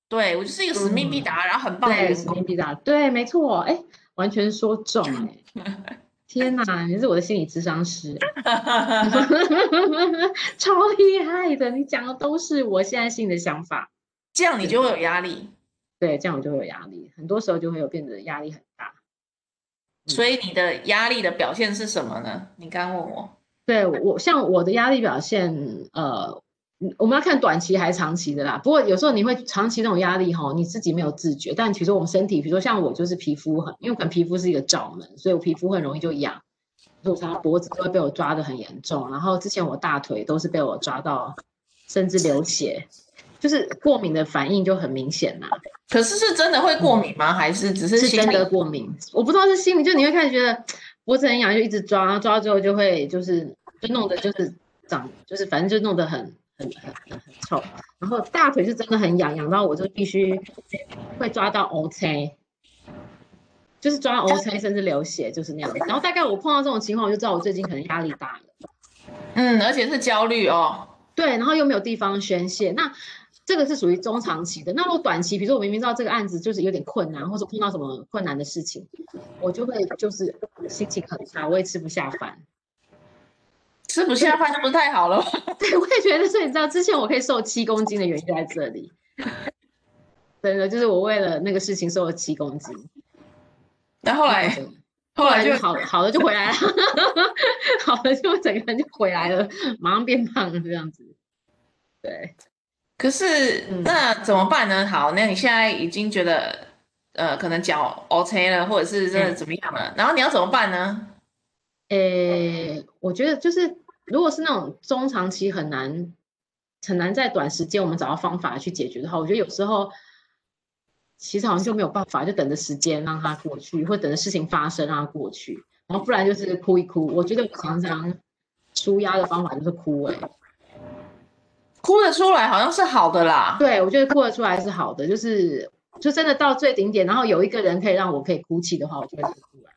S3: 对我就是一个使命必
S1: 嗯
S3: 达，然后很棒的
S1: 对，
S3: 员
S1: 使
S3: 工。
S1: 命必达，对，没错，哎，完全说中哎、天哪，你是我的心理咨商师 [laughs] 欸，超厉害的！你讲的都是我现在心里的想法，
S3: [laughs] 这样你就会有压力，
S1: 对，这样我就会有压力，很多时候就会有变得压力很大。嗯
S3: 所以你的压力的表现是什么呢？你刚问我，
S1: 对我，像我的压力表现，呃，嗯我们要看短期还是长期的啦。不过有时候你会长期那种压力吼，你自己没有自觉，但比如说我们身体，比如说像我就是皮肤很，因为可能皮肤是一个罩门，所以我皮肤很容易就痒。所以我常常脖子都会被我抓得很严重，然后之前我大腿都是被我抓到，甚至流血，就是过敏的反应就很明显啦、
S3: 可是是真的会过敏吗？还是只是
S1: 嗯是
S3: 心
S1: 真
S3: 里
S1: 的过敏，我不知道是心里，就你会开始觉得脖子很痒，就一直抓，然后抓到之后就会就是就弄得就是长，就是反正就弄得很很很很很臭，然后大腿是真的很痒，痒到我就必须会抓到 OK。就是抓 O C 甚至流血，就是那样子。然后大概我碰到这种情况，我就知道我最近可能压力大了。
S3: 嗯，而且是焦虑哦。
S1: 对，然后又没有地方宣泄，那这个是属于中长期的。那如果短期，比如说我明明知道这个案子就是有点困难，或者碰到什么困难的事情，我就会就是心情很差，我也吃不下饭。 [laughs]
S3: 吃不下饭就不太好了吧，
S1: 对，我也觉得，所以你知道，之前我可以瘦七公斤的原因就在这里。真的，就是我为了那个事情瘦了七公斤，
S3: [laughs] 那后来
S1: 对
S3: 后来就
S1: 就好了，好了就回来了， [laughs] 好了就整个人就回来了，马上变胖了这样子。对，
S3: 可是
S1: 嗯
S3: 那怎么办呢？好，那你现在已经觉得呃，可能脚 OK 了，或者是真的
S1: 嗯
S3: 怎么样了？然后你要怎么办呢？
S1: 诶，我觉得就是，如果是那种中长期很难很难在短时间我们找到方法去解决的话，我觉得有时候其实好像就没有办法，就等着时间让它过去，或等着事情发生让它过去，然后不然就是哭一哭。我觉得我常常舒压的方法就是哭、欸，
S3: 哭得出来好像是好的啦，
S1: 对，我觉得哭得出来是好的，就是就真的到最顶点，然后有一个人可以让我可以哭泣的话，我就会哭出来。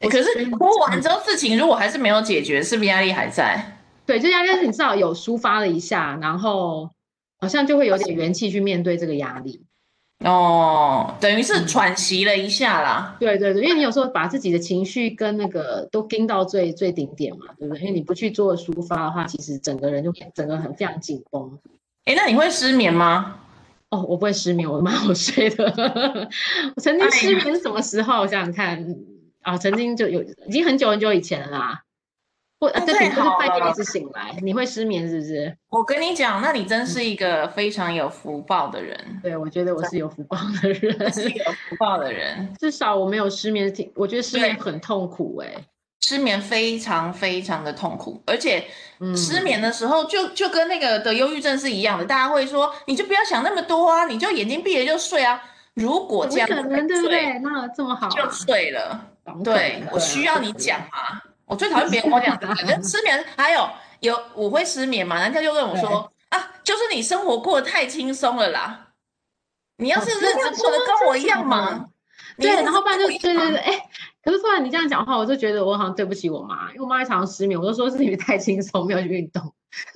S3: 欸可是哭完之后事情如果还是没有解决，是不是压力还在？
S1: 对，就压力，你至少有抒发了一下，然后好像就会有点元气去面对这个压力。
S3: 哦，等于是
S1: 嗯
S3: 喘息了一下啦。
S1: 对对对，因为你有时候把自己的情绪跟那个都盯到最最顶点嘛，对不对？因为你不去做抒发的话，其实整个人就整个很非常紧绷。
S3: 哎，那你会失眠吗？
S1: 哦，我不会失眠，我蛮好睡的。 [laughs] 我曾经失眠是什么时候？我想想看啊，曾经就有已经很久很久以前了啦。或啊，
S3: 那
S1: 对，
S3: 太
S1: 你就是
S3: 好
S1: 半夜一
S3: 了
S1: 直醒来，你会失眠是不是？
S3: 我跟你讲，那你真是一个非常有福报的 [laughs] 人，
S1: 对，我觉得我是有福报的 [laughs] 人，
S3: 是一个有福报的人。
S1: 至少我没有失眠。挺我觉得失眠
S3: 对
S1: 很痛苦哎、
S3: 失眠非常非常的痛苦，而且
S1: 嗯，
S3: 失眠的时候就就跟那个得忧郁症是一样的，大家会说你就不要想那么多啊，你就眼睛闭着就睡啊。如果
S1: 怎
S3: 这
S1: 么
S3: 样
S1: 可
S3: 子
S1: 能对不
S3: 睡
S1: 对？那这么好、
S3: 就
S1: 啊，
S3: 睡了。
S1: 怎么可
S3: 对
S1: 能
S3: 我需要你讲，嘛，我最讨厌别人
S1: [laughs]
S3: 跟我讲这个。那失眠还有有我会失眠嘛，人家就跟我说啊，就是你生活过得太轻松了啦。你要
S1: 哦
S3: 是
S1: 这
S3: 日子
S1: 样
S3: 过得
S1: 说
S3: 跟我
S1: 真
S3: 一样
S1: 假
S3: 忙，你
S1: 对啊啊，对，
S3: 日子
S1: 然后不然
S3: 跟
S1: 就
S3: 我一
S1: 对
S3: 样
S1: 对
S3: 忙
S1: 对，哎、可是突然你这样讲话，我就觉得我好像对不起我妈，因为我妈也常常失眠，我就说是你们太轻松，没有去运动。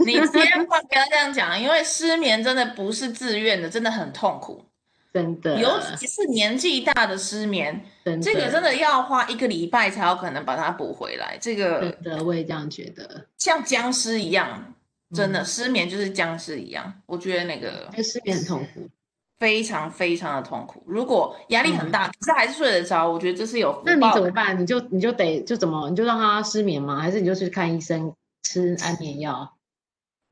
S3: 你千万不要这样讲，因为失眠真的不是自愿的，真的很痛苦，
S1: 真的，
S3: 尤其是年纪大的失眠，
S1: 真的
S3: 这个真的要花一个礼拜才有可能把它补回来。这个
S1: 真的，我也这样觉得。
S3: 像僵尸一样，真的
S1: 嗯
S3: 失眠就是僵尸一样，我觉得那个
S1: 因为失眠很痛苦。
S3: 非常非常的痛苦。如果压力很
S1: 嗯
S3: 大，可是还是睡得着，我觉得这是有福
S1: 那你
S3: 报
S1: 怎么
S3: 的
S1: 办？你就你就得就怎么？你就让他失眠吗？还是你就去看医生吃安眠药？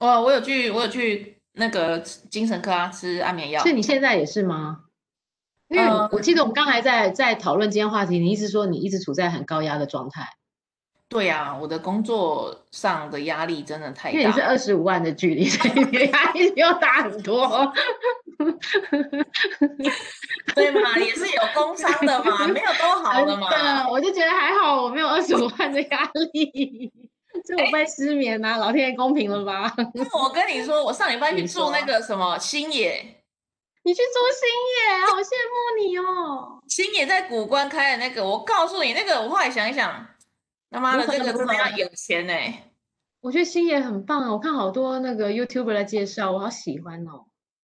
S3: 我我有去，我有去那个精神科啊，吃安眠药
S1: 所。以你现在也是吗？因为
S3: 呃
S1: 我记得我们刚才在在讨论今天话题，你一直说你一直处在很高压的状态，
S3: 对啊，我的工作上的压力真的太
S1: 因为你
S3: 大
S1: 是
S3: 了。
S1: 二十五万的距离，所以你的压力又大很多。
S3: 对嘛，也是有工伤的嘛，没有都好
S1: [laughs] 真
S3: 的嘛。
S1: 的，我就觉得还好，我没有二十五万的压力，所以
S3: 哎
S1: 我被失眠啊，老天爷公平了吧？ [laughs]
S3: 那我跟你说，我上礼拜去
S1: 你
S3: 做那
S1: 说
S3: 个什么星野，
S1: 你去做星野，好羡慕你哦！
S3: 星野在古关开的那个，我告诉你，那个我后来想一想，他妈
S1: 如
S3: 的
S1: 何
S3: 这个
S1: 如
S3: 真的要
S1: 何
S3: 有钱呢、
S1: 我觉得星野很棒啊，我看好多那个 YouTuber 来介绍，我好喜欢哦。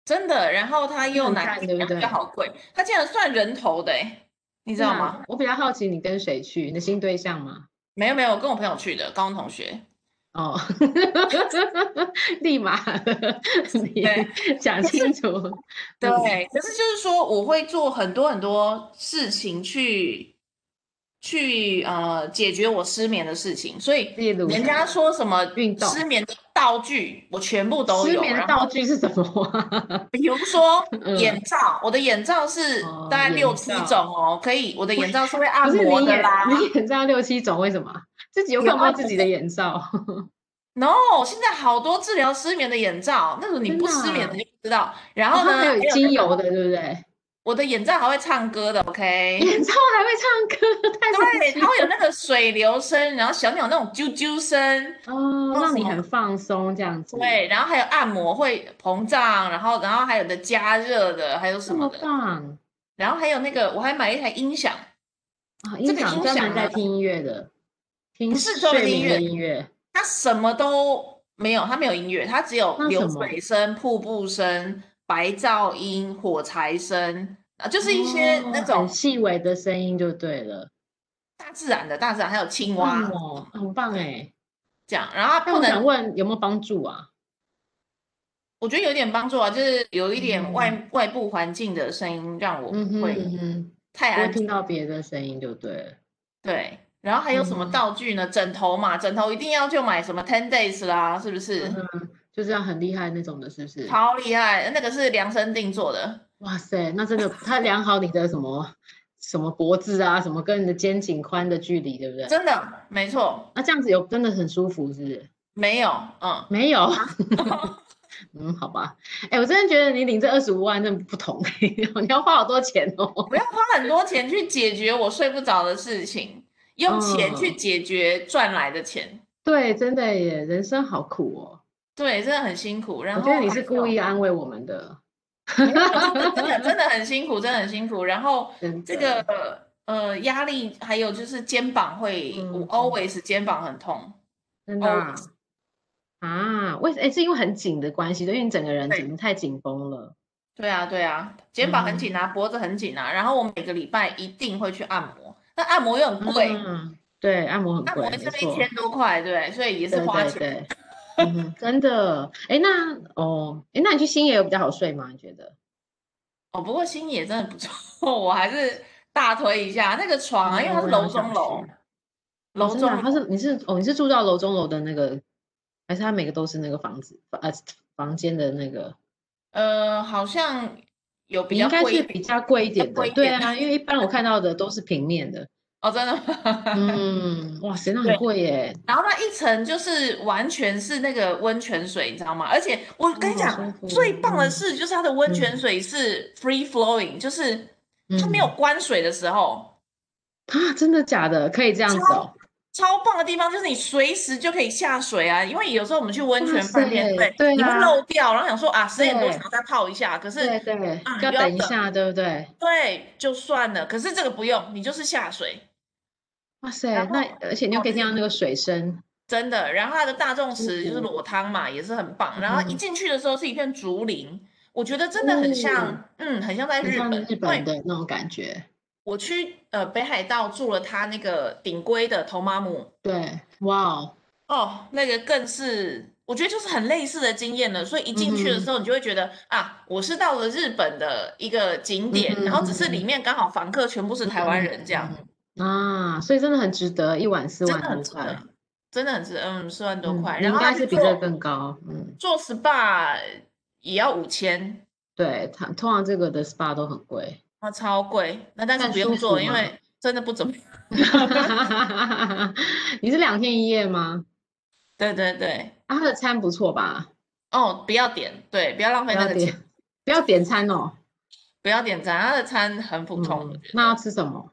S3: 真的。然后它又
S1: 很
S3: 难
S1: 赞对不
S3: 然后又
S1: 对
S3: 好贵，它竟然算人头的、欸，你知道吗？
S1: 那我比较好奇你跟谁去，你的新对象吗？
S3: 没有没有，我跟我朋友去的，高中同学。
S1: 哦， [laughs] 立马你
S3: 对
S1: 讲
S3: 可是
S1: 清楚。嗯
S3: 对，可是就是说，我会做很多很多事情去去呃解决我失眠的事情，所以
S1: 例如
S3: 人家说什么
S1: 运动
S3: 失眠的道具，我全部都
S1: 失
S3: 有。
S1: 眠的
S3: 然
S1: 道
S3: 后
S1: 具是什么啊？
S3: 比如说
S1: [laughs] 嗯
S3: 眼罩，我的眼罩是
S1: 哦
S3: 大概六
S1: 眼
S3: 七
S1: 罩
S3: 种哦，可以，我的眼罩是会按
S1: 不是
S3: 摩
S1: 你
S3: 的
S1: 眼
S3: 啦。
S1: 你眼罩六七种，为什么？自己有看
S3: 有
S1: 不到
S3: 啊
S1: 自己的眼罩？
S3: No，现在好多治疗失眠的眼罩，那种你
S1: 真
S3: 不
S1: 的
S3: 失眠
S1: 啊
S3: 的就不知道。然
S1: 它
S3: 后呢，
S1: [laughs] 还有
S3: 那
S1: 精油
S3: 种
S1: 的，对不
S3: 哎
S1: 对？
S3: 我的眼罩还会唱歌的
S1: [laughs]
S3: ，OK。
S1: 眼罩还会唱歌，太神
S3: 对，
S1: 奇
S3: 它会有那个水流声，然后小鸟那种啾
S1: [laughs]
S3: 啾声，
S1: 哦，
S3: 啊放
S1: 让你
S3: 松
S1: 很放松这样子。
S3: 对，，然后还有按摩会膨胀，然后然后还有的加热的，还有什
S1: 这
S3: 么
S1: 么
S3: 的，
S1: 棒
S3: 然后还有那个我还买了一台音响，
S1: 啊！
S3: 这
S1: 音
S3: 个
S1: 响
S3: 音
S1: 专
S3: 响
S1: 门在
S3: 呢
S1: 听音乐的，听
S3: 不是专门
S1: 睡
S3: 听
S1: 眠的
S3: 音
S1: 音乐。
S3: 它什么都没有，它没有音乐，它只有
S1: 那
S3: 流
S1: 什么
S3: 水声、瀑布声、白噪音、火柴声啊，就是一些那
S1: 哦
S3: 种
S1: 很细微的声音就对了，
S3: 大自然的大自然，还有青蛙
S1: 棒哦，很棒哎。
S3: 这样，然后它
S1: 那
S3: 不
S1: 我想
S3: 能，
S1: 问有没有帮助啊？
S3: 我觉得有点帮助啊，就是有一点外、
S1: 嗯
S3: 外部环境的声音让我
S1: 嗯哼
S3: 会
S1: 嗯哼，
S3: 太
S1: 不
S3: 安
S1: 会
S3: 静。
S1: 听到别的声音就对了。
S3: 对，然后还有什么
S1: 嗯
S3: 道具呢？枕头嘛，枕头一定要就买什么 Ten Days 啦，是不是？
S1: 嗯哼，就是要很厉害那种的，是不是？
S3: 超厉害，那个是量身定做的。
S1: 哇塞，那真的他量好你的什么什么脖子啊，什么跟你的肩颈宽的距离，对不对？啊
S3: 真的，没错，
S1: 那这样子有真的很舒服，是不是？
S3: 没有，嗯，
S1: 没有。 [laughs] 嗯，好吧。哎、我真的觉得你领这二十五万真的不同、哎 [laughs] 你要花好多钱哦。 [laughs]
S3: 不要花很多钱去解决我睡不着的事情，用钱去
S1: 嗯
S3: 解决赚来的钱，
S1: 对，真的耶，人生好苦哦。
S3: 对，真的很辛苦。然
S1: 我
S3: 后
S1: 觉得你
S3: 还
S1: 是故
S3: 有
S1: 意安慰我们的。
S3: 没有 [laughs] 真的真的真的很辛苦，真的很辛苦。
S1: [laughs]
S3: 然后
S1: 真
S3: 这
S1: 的
S3: 个呃压力，还有就是肩膀会，我
S1: 嗯嗯
S3: always 肩膀很痛。
S1: 真的
S3: 哦
S1: 啊，啊为哎、是因为很紧的关系，就因为你整个人
S3: 对
S1: 紧太紧绷了。
S3: 对啊，对啊，肩膀很
S1: 嗯
S3: 紧啊，脖子很紧啊，然后我每个礼拜一定会去按摩，那按摩又很贵，
S1: 嗯，对，按摩很
S3: 按
S1: 贵，
S3: 摩
S1: 没
S3: 一次
S1: 错
S3: 一。千多块，对，所以也是
S1: 对
S3: 花
S1: 对
S3: 钱。 [laughs]
S1: 对，嗯哼，真的。哎，那哦，哎，那你去新野有比较好睡吗？你觉得？
S3: 哦，不过星野真的不错， [laughs] 我还是大推一下那个床啊，因为它是
S1: 嗯我也
S3: 楼
S1: 好想
S3: 中楼
S1: 去，
S3: 楼
S1: 哦真
S3: 中
S1: 的啊
S3: 楼
S1: 他是你是哦，你是住到楼中楼的那个，还是他每个都是那个房子呃房间的那个？
S3: 呃，好像有比
S1: 你
S3: 较
S1: 应该
S3: 贵一
S1: 是
S3: 点
S1: 比较贵一
S3: 比较
S1: 点
S3: 贵
S1: 的，
S3: 一
S1: 对
S3: 点的
S1: 啊，因为一般我看到的都是平面
S3: [laughs]
S1: 的。
S3: 哦，真的吗？
S1: 嗯，哇塞，那很
S3: 对
S1: 贵耶！
S3: [laughs] 然后那一层就是完全是那个温泉水，你知道吗？而且我跟你
S1: 好舒
S3: 讲，
S1: 服
S3: 最棒的
S1: 哦嗯
S3: 是，就是它的温泉
S1: 嗯
S3: 水是 free flowing，就是它没有
S1: 嗯
S3: 关水的时候。
S1: 啊，真的假的？可以这样子
S3: 超
S1: 哦。
S3: 超棒的地方就是你随时就可以下水啊，因为有时候我们去温
S1: 哇
S3: 泉饭店，
S1: 塞
S3: 对，
S1: 对
S3: 你会
S1: 啊
S3: 漏掉，然后想说啊，十点多
S1: 对
S3: 想再泡一下，可是
S1: 对对
S3: 啊，
S1: 要
S3: 要
S1: 等一
S3: 等
S1: 下，对不对？
S3: 对就算了，可是这个不用，你就是下水，
S1: 哇塞，
S3: 然
S1: 那
S3: 后
S1: 而且你又
S3: 哦
S1: 可以听
S3: 是
S1: 到那个水声，
S3: 真的。然后它的大众池就是
S1: 服
S3: 裸汤嘛，也是很棒。然后一
S1: 嗯
S3: 进去的时候是一片竹林，我觉得真的很
S1: 哦
S3: 像，嗯，很像在
S1: 很
S3: 日
S1: 像
S3: 本，
S1: 日
S3: 因为
S1: 本的那种感觉。
S3: 我去呃北海道住了他那个顶规的头妈姆，
S1: 对，哇哦，
S3: 哦，那个更是，我觉得就是很类似的经验了。所以一进去的
S1: 嗯
S3: 时候，你就会觉得啊，我是到了日本的一个景点，然后只是里
S1: 嗯
S3: 面刚好房客全部是台湾人，这样
S1: 啊，所以真的很值得，一晚四
S3: 真
S1: 万
S3: 的很
S1: 多
S3: 值得
S1: 块，，
S3: 真的很值得，嗯，四万多
S1: 嗯，
S3: 块。
S1: 你
S3: 然
S1: 应
S3: 后他
S1: 该
S3: 去
S1: 是比这个
S3: 做
S1: 更高，嗯，
S3: 做 SPA 也要五千，
S1: 对，它通常这个的 SPA 都很贵， [laughs]
S3: 啊，超贵。那但是
S1: 但
S3: 不用
S1: 舒
S3: 做
S1: 服
S3: 了，因
S1: 吗？嗯
S3: 为真的不怎么样。
S1: 你是两天一夜吗？
S3: [laughs] 对对对，
S1: 啊，它的餐不错吧？
S3: 哦，不要点，对，不要浪
S1: 不
S3: 费那
S1: 要
S3: 个钱，
S1: 点，不要点餐哦，
S3: 不要点赞，他的餐很普通，我
S1: 嗯，
S3: 觉
S1: 那要
S3: 得。
S1: 吃什么？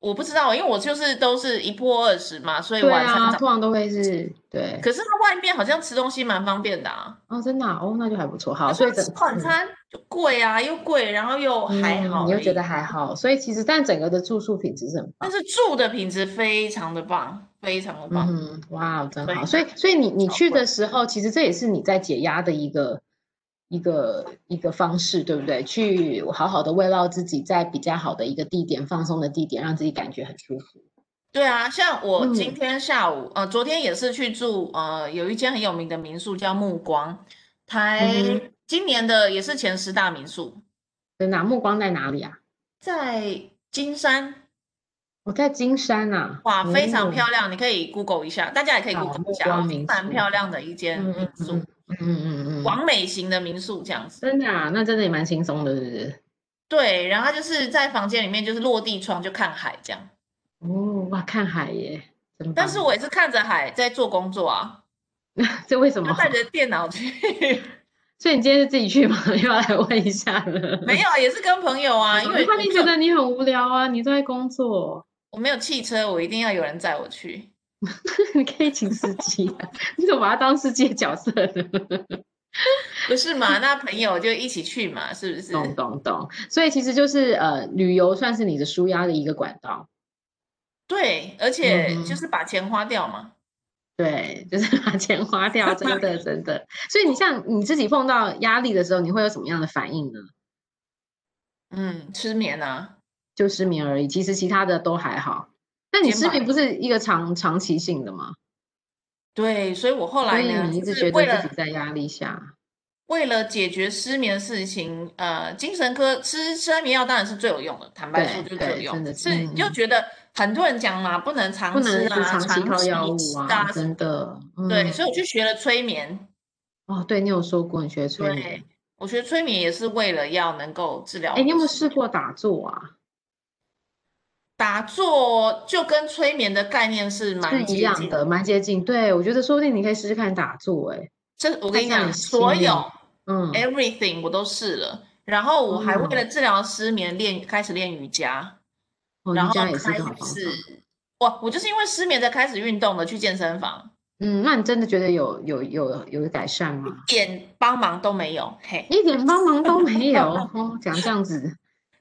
S3: 我不知道，因为我就是都是一波二十嘛，所以
S1: 对
S3: 晚餐
S1: 啊，
S3: 早。
S1: 通常都会是，对，
S3: 可是它外面好像吃东西蛮方便的啊，
S1: 哦，真的啊哦，那就还不错，好，
S3: 可是
S1: 所以
S3: 它
S1: 整，
S3: 吃晚
S1: 嗯。
S3: 餐就贵啊，又贵，然后又还
S1: 嗯，
S3: 好
S1: 你又
S3: 而
S1: 觉
S3: 已。
S1: 得还好，所以其实但整个的住宿品质是很
S3: 但
S1: 棒。
S3: 是住的品质非常的棒，非常的
S1: 嗯
S3: 棒，
S1: 哼，哇，真
S3: 所以
S1: 好。所以，所以你你
S3: 超
S1: 去
S3: 贵。
S1: 的时候，其实这也是你在解压的一个一个一个方式，对不对？去好好的慰劳自己，在比较好的一个地点、放松的地点，让自己感觉很舒服。
S3: 对啊，像我今
S1: 嗯
S3: 天下午，呃，昨天也是去住，呃，有一间很有名的民宿叫暮光，
S1: 嗯
S3: 台
S1: 哼，
S3: 今年的也是前十大民宿，
S1: 真的啊，目光在哪里啊？
S3: 在金山，
S1: 我在金山啊。
S3: 哇，非常
S1: 哦，
S3: 漂亮，你可以 Google 一下，大家也可以
S1: 好，
S3: Google 一
S1: 目
S3: 下
S1: 光
S3: 啊，
S1: 民
S3: 蛮漂
S1: 宿。
S3: 亮的一间
S1: 嗯
S3: 民
S1: 嗯
S3: 宿，
S1: 嗯嗯嗯嗯嗯，
S3: 完美型的民宿这样子。
S1: 真的啊，那真的也蛮轻松的，是不是？
S3: 对，然后它就是在房间里面就是落地窗就看海这样，
S1: 哦，哇，看海耶，真
S3: 但是
S1: 棒。
S3: 我也是看着海在做工作啊，
S1: 这为什
S3: 就
S1: 么？
S3: 带着电脑去， [laughs]
S1: 所以你今天是自己去吗？ [laughs] 又要来问一下
S3: 没
S1: 了。
S3: 有，也是跟朋友啊，因
S1: 我就
S3: 为
S1: 怕
S3: 我
S1: 你
S3: 没
S1: 觉
S3: 有
S1: 得你很无聊啊，你都在工作， [laughs]
S3: 我没有汽车，我一定要有人载我去。
S1: 你可以请司机啊， [laughs] 你怎么把他当司机的角色呢？ [laughs]
S3: 不是嘛？那朋友就一起去嘛，是不
S1: 懂
S3: 是？
S1: 懂懂，所以其实就是呃，旅游算是你的舒压的一个管道。
S3: 对，而
S1: 嗯
S3: 且就
S1: 哼，
S3: 是把钱花掉嘛。
S1: 对，就是把钱花掉，真的真的。所以你像你自己碰到压力的时候，你会有什么样的反应呢？
S3: 嗯，失眠啊，
S1: 就失眠而已，其实其他的都还好。那你
S3: 肩
S1: 失
S3: 膀
S1: 眠不是一个长长期性的吗？
S3: 对，所以我后
S1: 所
S3: 来
S1: 以
S3: 呢，
S1: 你一
S3: 就
S1: 直
S3: 是
S1: 觉
S3: 为
S1: 得自己
S3: 了
S1: 在压力下。
S3: 为了解决失眠的事情，呃，精神科吃吃安眠药当然是最有用的，坦白说
S1: 对
S3: 就是最有
S1: 对，
S3: 用。
S1: 真的
S3: 可
S1: 是，
S3: 是又
S1: 嗯，
S3: 觉得很多人讲嘛，不能
S1: 不
S3: 常
S1: 能
S3: 吃
S1: 一直
S3: 啊，
S1: 长期
S3: 长
S1: 靠药
S3: 期
S1: 物
S3: 吃
S1: 啊，
S3: 啊什么
S1: 真
S3: 的。
S1: 的，
S3: 对，所以
S1: 嗯，
S3: 我去学了催眠。
S1: 哦，对你有说过你学催
S3: 对，
S1: 眠，
S3: 我觉得催眠也是为了要能够治疗
S1: 哎，
S3: 我
S1: 你
S3: 的
S1: 有没有
S3: 失
S1: 试
S3: 眠。
S1: 过打坐啊？
S3: 打坐就跟催眠的概念是
S1: 是
S3: 蛮
S1: 一
S3: 接
S1: 样
S3: 近的。
S1: 的，蛮接近。对，我觉得说不定你可以试试看打坐，哎，
S3: 这我跟
S1: 看
S3: 你
S1: 一下你
S3: 讲，所
S1: 心
S3: 有
S1: 力。
S3: 哎
S1: 嗯，
S3: everything 我都试了，然后我还为
S1: 哦，
S3: 了治疗失眠练开始练瑜伽，
S1: 哦，
S3: 然
S1: 瑜
S3: 后
S1: 伽也是一个
S3: 开始
S1: 好方法。
S3: 哇，我就是因为失眠才开始运动的，去健身房
S1: 嗯，那你真的觉得有有有有改善
S3: [laughs]
S1: 吗？
S3: 一点帮忙都没有。嘿，
S1: 一点帮忙都没有哦，讲这样
S3: [laughs]
S1: 子，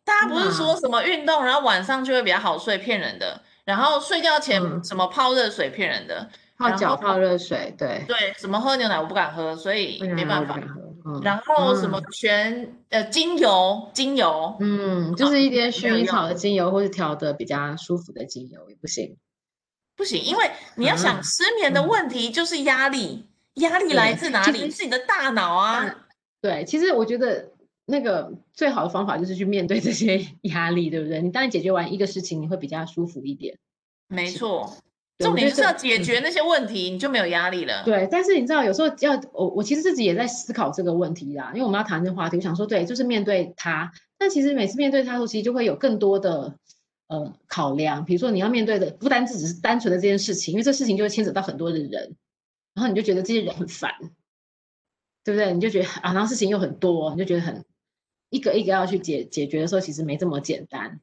S3: 大
S1: 天
S3: 家不是说
S1: 哪，
S3: 什么运动，然后晚上就会比较好睡，骗人的。然后睡觉前
S1: 嗯，
S3: 什么泡热水，骗人的。
S1: 泡
S3: 然
S1: 脚
S3: 后
S1: 泡热水，对，
S3: 对，什么喝牛奶我不敢喝，所
S1: 为
S3: 以没
S1: 啥我
S3: 办
S1: 不
S3: 法。
S1: 敢喝？
S3: 然
S1: 嗯
S3: 后什么
S1: 啊。
S3: 全呃精油，精油
S1: 嗯，就
S3: 啊
S1: 是一些
S3: 没
S1: 薰
S3: 有
S1: 衣
S3: 用，
S1: 草的精油，或是调的比较舒服的精油也不行
S3: 不行，因为你要想
S1: 啊。
S3: 失眠的
S1: 嗯，
S3: 问题就是压力，压力来
S1: 对，
S3: 自哪
S1: 其
S3: 里？
S1: 实
S3: 自己的大脑
S1: 大，
S3: 啊。
S1: 对，其实我觉得。那个最好的方法就是去面对这些 [laughs] 压力，对不对？你当然解决完一个事情，你会比较舒服一点。
S3: 没错，
S1: 对
S3: 重
S1: 我
S3: 点
S1: 觉
S3: 就是
S1: 得嗯
S3: 要解决那些问题，你就没有压力了。
S1: 对，但是你知道，有时候要我，我其实自己也在思考这个问题啦，因为我们要谈这个话题，我想说，对，就是面对它。但其实每次面对它的时候，其实就会有更多的呃考量，比如说你要面对的不单只只是单纯的这件事情，因为这事情就会牵扯到很多的人，然后你就觉得这些人很烦，对不对？你就觉得啊，然后事情又很多，你就觉得很一个一个要去解解决的时候，其实没这么简单。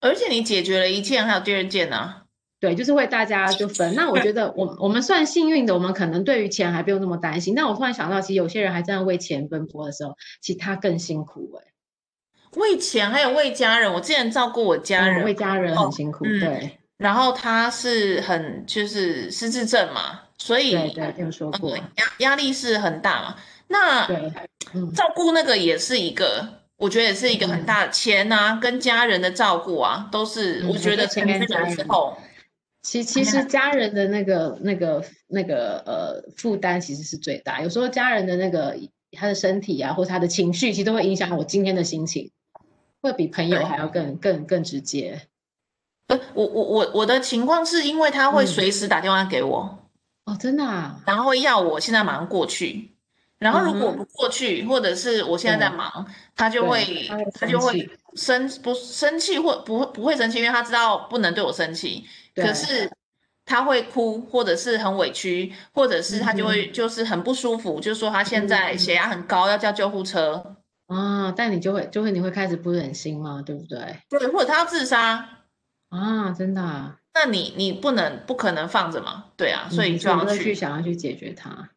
S3: 而且你解决了一件，还有第二件呢、啊。
S1: 对，就是为大家就分。那我觉得我我们算幸运的，我们可能对于钱还不用那么担心。但我突然想到，其实有些人还这样为钱奔波的时候，其实他更辛苦哎、
S3: 为钱还有为家人，我之前照顾我家
S1: 嗯
S3: 人，
S1: 为家人
S3: 哦
S1: 很辛苦，
S3: 嗯
S1: 对
S3: 然后他是很就是失智症嘛，所以
S1: 对对，听说
S3: 嗯
S1: 过，
S3: 压压力是很大嘛。那
S1: 对，嗯
S3: 照顾那个也是一个，我觉得也是一个很大的钱啊，跟家人的照顾啊，都是、
S1: 嗯
S3: 我
S1: 我
S3: 觉
S1: 觉
S3: 得
S1: 得钱
S3: 从
S1: 跟
S3: 这
S1: 家
S3: 个之
S1: 人
S3: 后，
S1: 其其
S3: 没
S1: 实家人的那个那个那个呃负担其实是最大，有时候家人的那个他的身体啊，或他的情绪，其实都会影响我今天的心情，会比朋友
S3: 对
S1: 还要更更更直接。
S3: 不，呃我我我我的情况是因为他会
S1: 嗯
S3: 随时打电话给我，
S1: 哦，真的啊，
S3: 然后会要我现在马上过去。然后如果我
S1: 嗯哼
S3: 不过去，或者是我现在在
S1: 对
S3: 忙，他就
S1: 对
S3: 会
S1: 他会
S3: 他就
S1: 生
S3: 会
S1: 气
S3: 生不生气或不不会生气，因为他知道不能对我生气。可
S1: 对
S3: 是他会哭，或者是很委屈，或者是他就
S1: 嗯
S3: 会就是很不舒服，就说他现在血压很高，要叫救护车。
S1: 啊，但你就会就会你会开始不忍心嘛，对不对？
S3: 对，或者他要自杀，
S1: 啊，真的啊，
S3: 那你你不能不可能放着嘛？对啊，所以
S1: 嗯
S3: 就
S1: 你
S3: 要
S1: 不会
S3: 去。
S1: 去想要去解决它，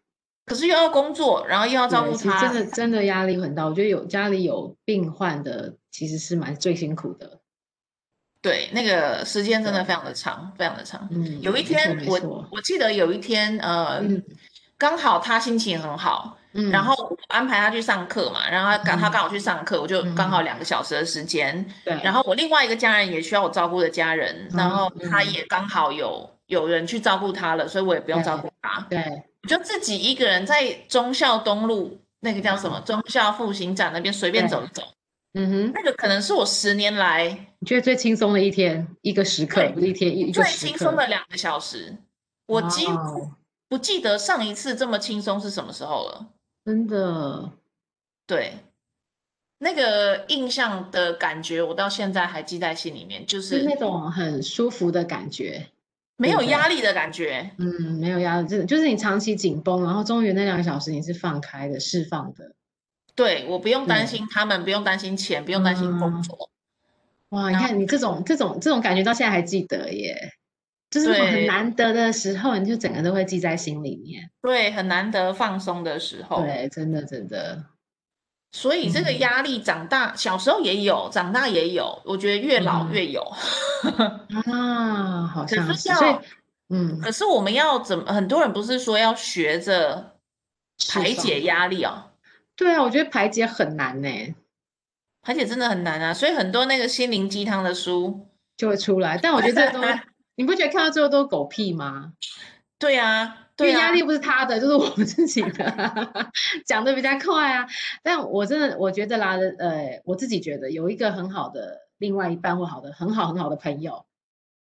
S3: 可是又要工作，然后又要照
S1: 对
S3: 顾
S1: 其实
S3: 他，
S1: 真的真的压力很大。我觉得有家里有病患的，其实是蛮最辛苦的。
S3: 对，那个时间真的
S1: 对
S3: 非常的长，非常的长。
S1: 嗯，
S3: 有一
S1: 没错
S3: 天，
S1: 没
S3: 我
S1: 错，
S3: 我记得有一天，呃，
S1: 嗯
S3: 刚好他心情很好，
S1: 嗯，
S3: 然后我安排他去上课嘛，然后他刚他
S1: 嗯
S3: 刚好去上课，我就刚
S1: 嗯
S3: 好两个小时的时间。
S1: 对，
S3: 然后我另外一个家人也需要我照顾的家人，
S1: 嗯
S3: 然后他也刚好有有人去照顾他了，所以我也不用照
S1: 对
S3: 顾他，
S1: 对，
S3: 我就自己一个人在忠孝东路那个叫什么忠孝复兴站那边随
S1: 嗯
S3: 便
S1: 对
S3: 走一走，
S1: 嗯哼，
S3: 那个可能是我十年来。
S1: 你觉得最轻松的一天，一个时刻
S3: 对
S1: 不是一天一一个
S3: 最
S1: 时
S3: 轻松
S1: 刻，
S3: 的两个小时，我几
S1: 哇
S3: 乎
S1: 哦
S3: 不记得上一次这么轻松是什么时候了。
S1: 真的，
S3: 对，那个印象的感觉，我到现在还记在心里面，就是
S1: 那
S3: 是
S1: 种很舒服的感觉。
S3: 没
S1: 对
S3: 有
S1: 对
S3: 压力的感觉。
S1: 嗯，没有压力，真的就是你长期紧绷，然后终于那两个小时你是放开的、释放的。
S3: 对，我不用担
S1: 对
S3: 心他们，不用担心钱，不用担心工
S1: 嗯
S3: 作。
S1: 哇，你
S3: 然
S1: 看你这种这种这种感觉到现在还记得耶，就是那种
S3: 对
S1: 很难得的时候，你就整个都会记在心里面。
S3: 对，很难得放松的时候。
S1: 对，真的真的，
S3: 所以这个
S1: 嗯
S3: 压力，长大小时候也有，长大也有，我觉得越老
S1: 嗯
S3: 越有。
S1: 啊，好
S3: 可
S1: 像
S3: 是
S1: 是，所以
S3: 要
S1: 嗯，
S3: 可是我们要怎么？很多人不是说要学着
S1: 释
S3: 排
S1: 放
S3: 解压力哦，
S1: 对啊，我觉得排解很难呢，
S3: 排解真的很难啊。所以很多那个心灵鸡汤的书，
S1: 就会出来。但我觉得
S3: [laughs]
S1: 这都，你不觉得看到最后都是狗屁吗？
S3: 对啊，
S1: 因
S3: 对
S1: 为
S3: 啊，
S1: 压力不是他的，就是我们自己的， [laughs] 讲的比较快啊。但我真的我觉得啦，呃，我自己觉得有一个很好的另外一半或好的很好很好的朋友，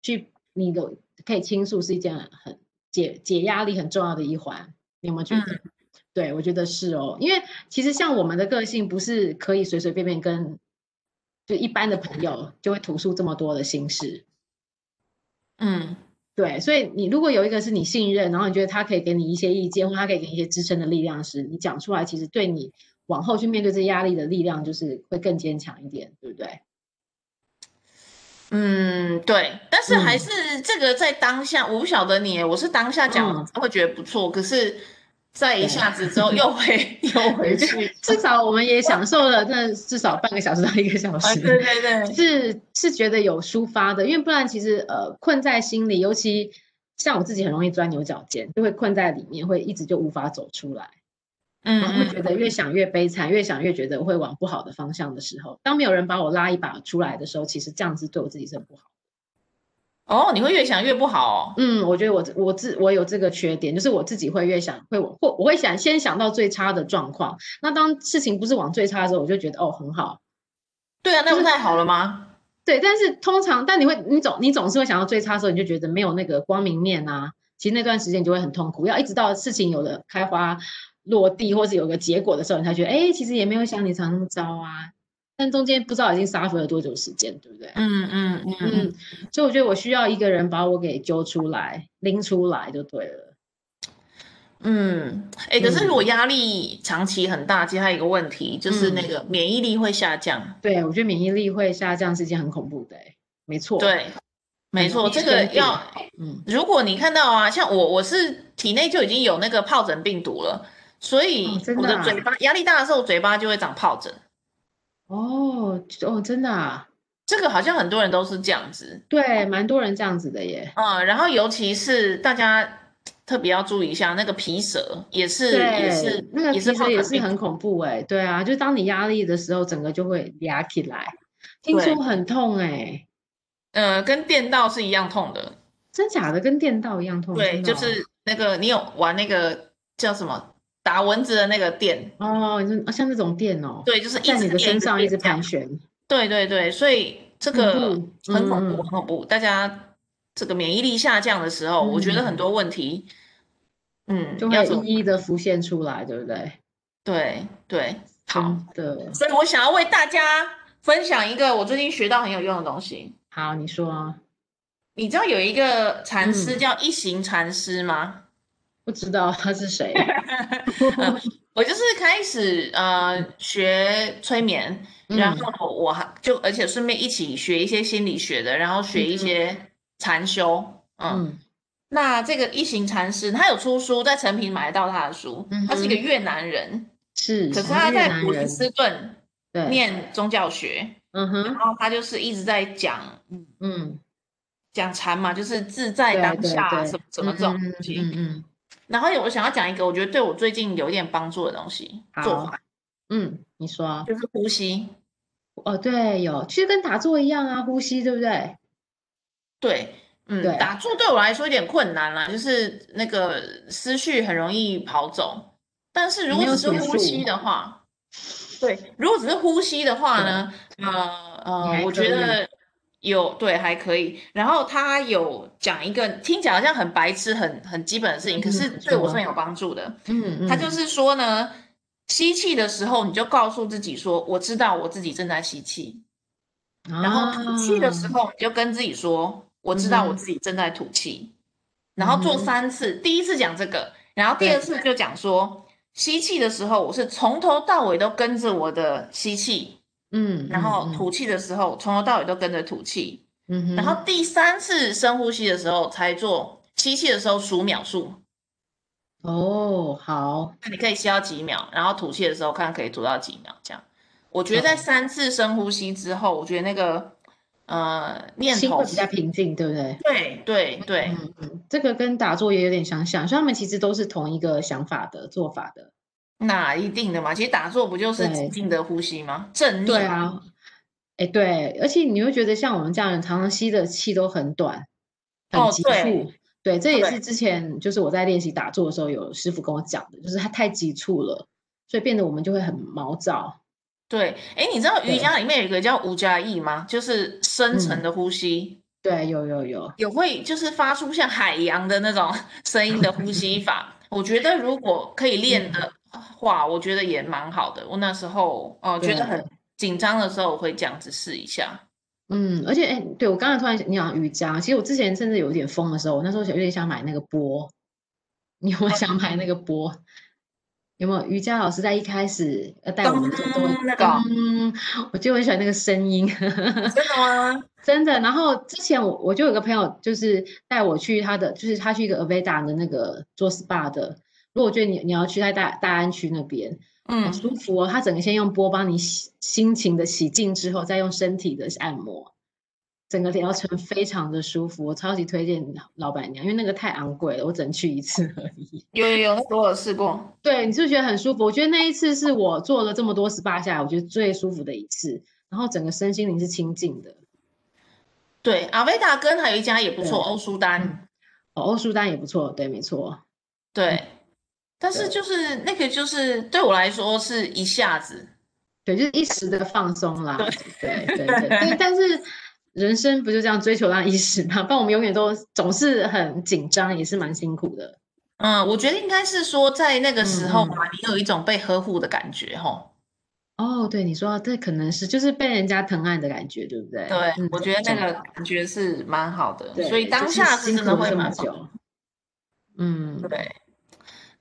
S1: 去你的可以倾诉是一件很解解压力很重要的一环，你有没有觉得？
S3: 嗯
S1: 对，我觉得是哦，因为其实像我们的个性不是可以随随便便跟就一般的朋友就会吐诉这么多的心事，
S3: 嗯，
S1: 对，所以你如果有一个是你信任，然后你觉得他可以给你一些意见，或他可以给你一些支撑的力量时，你讲出来，其实对你往后去面对这压力的力量，就是会更坚强一点，对不对？
S3: 嗯，对，但是还
S1: 嗯
S3: 是这个在当下，我不晓得你耶，我是当下讲
S1: 嗯
S3: 会觉得不错，可是，在一
S1: 对
S3: 下子之后又回又回
S1: 就
S3: 去，
S1: [laughs] 至少我们也享受了那至少半个小时到一个小
S3: 啊，
S1: 时，
S3: [laughs] 对对对，
S1: [laughs] 是是觉得有抒发的，因为不然其实呃困在心里，尤其像我自己很容易钻牛角尖，就会困在里面，会一直就无法走出来。
S3: 嗯
S1: 然后会觉得越想越悲惨，越想越觉得会往不好的方向的时候，当没有人把我拉一把出来的时候，其实这样子对我自己是很不好。
S3: 哦，你会越想越不好哦。
S1: 嗯，我觉得我我自我有这个缺点，就是我自己会越想会我或我会想先想到最差的状况。那当事情不是往最差的时候，我就觉得哦很好。
S3: 对啊，那
S1: 就
S3: 不
S1: 是
S3: 太好了吗？
S1: 对，但是通常，但你会，你总你总是会想到最差的时候，你就觉得没有那个光明面啊。其实那段时间你就会很痛苦，要一直到事情有了开花落地，或是有个结果的时候，你才觉得，哎，其实也没有像你想那么糟啊。但中间不知道已经 suffer 了多久时间，对不对？
S3: 嗯嗯嗯嗯，
S1: 嗯，所以我觉得我需要一个人把我给揪出来、拎出来就对了。
S3: 嗯，哎、可是
S1: 嗯
S3: 如果压力长期很大，其实还有一个问题就是
S1: 嗯
S3: 那个免疫力会下降。
S1: 对，我觉得免疫力会下降是一件很恐怖的、欸，没错。，嗯
S3: 对，没错，
S1: 容易
S3: 这个
S1: 生病
S3: 要，
S1: 嗯
S3: 如果你看到啊，像我，我是体内就已经有那个疱疹病毒了，所以
S1: 哦真的
S3: 我的
S1: 啊
S3: 嘴巴压力大的时候，嘴巴就会长疱疹。
S1: 哦哦，真的啊，
S3: 这个好像很多人都是这样子，
S1: 对，蛮多人这样子的耶。
S3: 嗯，然后尤其是大家特别要注意一下，那个皮蛇也是也是
S1: 对那个其
S3: 也是
S1: 实
S3: 疱
S1: 也
S3: 疹
S1: 是
S3: 病
S1: 很恐怖哎、对啊，就当你压力的时候，整个就会压起来，听
S3: 对
S1: 说很痛哎、
S3: 呃，跟电到是一样痛的。
S1: 真假的跟电到一样痛，
S3: 对，
S1: 哦真
S3: 就
S1: 的
S3: 是那个你有玩那个叫什么打蚊子的那个电，
S1: 哦，哦你说啊像那种电哦，
S3: 对，就是一
S1: 在
S3: 直
S1: 你的
S3: 电
S1: 身上一直
S3: 电
S1: 盘旋，
S3: 这样。对对对，所以这
S1: 恐
S3: 个
S1: 怖
S3: 很恐
S1: 嗯嗯
S3: 怖，很恐怖。大家这个免疫力下降的时候，我觉得很多问题，嗯，
S1: 就
S3: 要
S1: 会
S3: 怎么
S1: 一一的浮现出来，对不对？
S3: 对对，好。
S1: 真的，
S3: 所以我想要为大家分享一个我最近学到很有用的东西。
S1: 好，你说啊，
S3: 你知道有一个禅师
S1: 嗯
S3: 叫一行禅师吗？
S1: 不知道他是
S3: [laughs]
S1: 谁，
S3: 我就是开始呃学催眠，然
S1: 嗯
S3: 后我还就而且顺便一起学一些心理学的，然后学一
S1: 嗯
S3: 些禅修。嗯，
S1: 嗯
S3: 那这个一行禅师他有出书，在成品买得到他的书。他是一个
S1: 嗯
S3: 越南人，
S1: 是，
S3: 可是
S1: 他是
S3: 他
S1: 越
S3: 在
S1: 南
S3: 普林
S1: 人
S3: 斯顿
S1: 对，
S3: 念宗教学，
S1: 嗯哼
S3: 然后他就是一直在讲嗯
S1: 嗯，
S3: 讲禅嘛，就是自在
S1: 对
S3: 当
S1: 对
S3: 下
S1: 对
S3: 什么什么
S1: 嗯
S3: 这种
S1: 嗯
S3: 东西。
S1: 嗯嗯
S3: 然后有我想要讲一个，我觉得对我最近有一点帮助的东西，做
S1: 好
S3: 法
S1: 嗯，你说啊。
S3: 就是呼吸。
S1: 哦，对，有，其实跟打坐一样啊，呼吸，对不对？
S3: 对，嗯，
S1: 对啊
S3: 打坐对我来说有点困难啦，就是那个思绪很容易跑走。但是如
S1: 没
S3: 果只
S1: 有哦
S3: 是
S1: 结
S3: 呼吸
S1: 束
S3: 的话，对，如果只是呼吸的话呢，
S1: 你
S3: 呃呃，
S1: 还
S3: 我觉
S1: 可以
S3: 得有对还可以。然后他有讲一个听起来好像很白痴、很很基本的事情，可
S1: 嗯
S3: 是
S1: 你
S3: 对我
S1: 说
S3: 是很有帮助的。
S1: 嗯
S3: 他就是说呢，吸气的时候你就告诉自己说，我知道我自己正在吸气，然后吐气的时
S1: 啊
S3: 候你就跟自己说，我知道我
S1: 嗯哼
S3: 自己正在吐气，然后做
S1: 嗯哼
S3: 三次，第一次讲这个，然后第
S1: 对
S3: 二次就讲说，吸气的时候我是从头到尾都跟着我的吸气，
S1: 嗯，
S3: 然后
S1: 嗯，
S3: 吐气的时候从头到尾都跟着吐气，
S1: 嗯嗯
S3: 然后第三次深呼吸的时候才做吸气的时候数秒数。
S1: 哼哦，好，
S3: 那你可以吸到几秒，然后吐气的时候看可以吐到几秒，这样。我觉得在
S1: 嗯
S3: 三次深呼吸之后，我觉得那个呃念
S1: 心
S3: 头
S1: 会比较平静，对不对？
S3: 对对对，
S1: 嗯嗯，这个跟打坐也有点相像，所以他们其实都是同一个想法的做法的。
S3: 那一定的嘛。其实打坐不就是
S1: 对
S3: 静静的呼吸吗？正
S1: 对
S3: 念，
S1: 啊，哎，对，而且你会觉得像我们这样人，常常吸的气都很短，
S3: 哦
S1: 很急
S3: 对
S1: 促。对，这也
S3: 对
S1: 是之前就是我在练习打坐的时候，有师傅跟我讲的，就是他太急促了，所以变得我们就会很毛躁。
S3: 对。哎，你知道瑜
S1: 对
S3: 伽里面有一个叫无加意吗？就是深层
S1: 嗯
S3: 的呼吸，
S1: 对，有有有，
S3: 有会就是发出像海洋的那种 [laughs] 声音的呼吸法。我觉得如果可以练的话，我觉得也蛮好的。我那时候呃觉得
S1: 对
S3: 很紧张的时候，我会这样子试一下。
S1: 嗯，而且哎、对我刚才突然想你讲瑜伽，其实我之前甚至有一点疯的时候，我那时候想有点想买那个波，你有没有
S3: 哦
S1: 想买那个波？有没有瑜伽老师在一开始要带我们做都会
S3: 咚那个
S1: 嗯，我就很喜欢那个声音， [laughs]
S3: 哦真的吗？
S1: 真的。然后之前我我就有个朋友，就是带我去他的，就是他去一个 Aveda 的那个做 SPA 的。如果我觉得你你要去在大大安区那边，好
S3: 嗯，
S1: 舒服哦。他整个先用波帮你洗心情的洗净之后，再用身体的按摩，整个疗程非常的舒服。我超级推荐老老板娘，因为那个太昂贵了，我只能去一次而已。 [laughs]
S3: 有有有，那个我有试过。
S1: 对，你是不是觉得很舒服？我觉得那一次是我做了这么多 SPA 下来，我觉得最舒服的一次。然后整个身心灵是清静的，
S3: 对，阿维达根还有一家也不错，
S1: 对
S3: 欧舒丹。
S1: 嗯哦，欧舒丹也不错，对，没错，
S3: 嗯对，但是
S1: 对
S3: 就是那个，就是对我来说是一下子，
S1: 对，就是一时的放松啦，对对对
S3: 对
S1: 对 [laughs] 但但是人生不就这样追求到一时嘛？不然我们永远都总是很紧张，也是蛮辛苦的。
S3: 嗯，我觉得应该是说在那个时候
S1: 嗯嗯
S3: 吧，你有一种被呵护的感觉，吼。
S1: 哦，对，你说这可能是就是被人家疼爱的感觉，对不对？
S3: 对，
S1: 嗯
S3: 我觉得那
S1: 懂
S3: 个感觉是蛮好的，
S1: 对
S3: 所以
S1: 就
S3: 当
S1: 是
S3: 下是
S1: 辛
S3: 真的
S1: 苦
S3: 会
S1: 这么
S3: 蛮好的。
S1: 久，嗯，
S3: 对，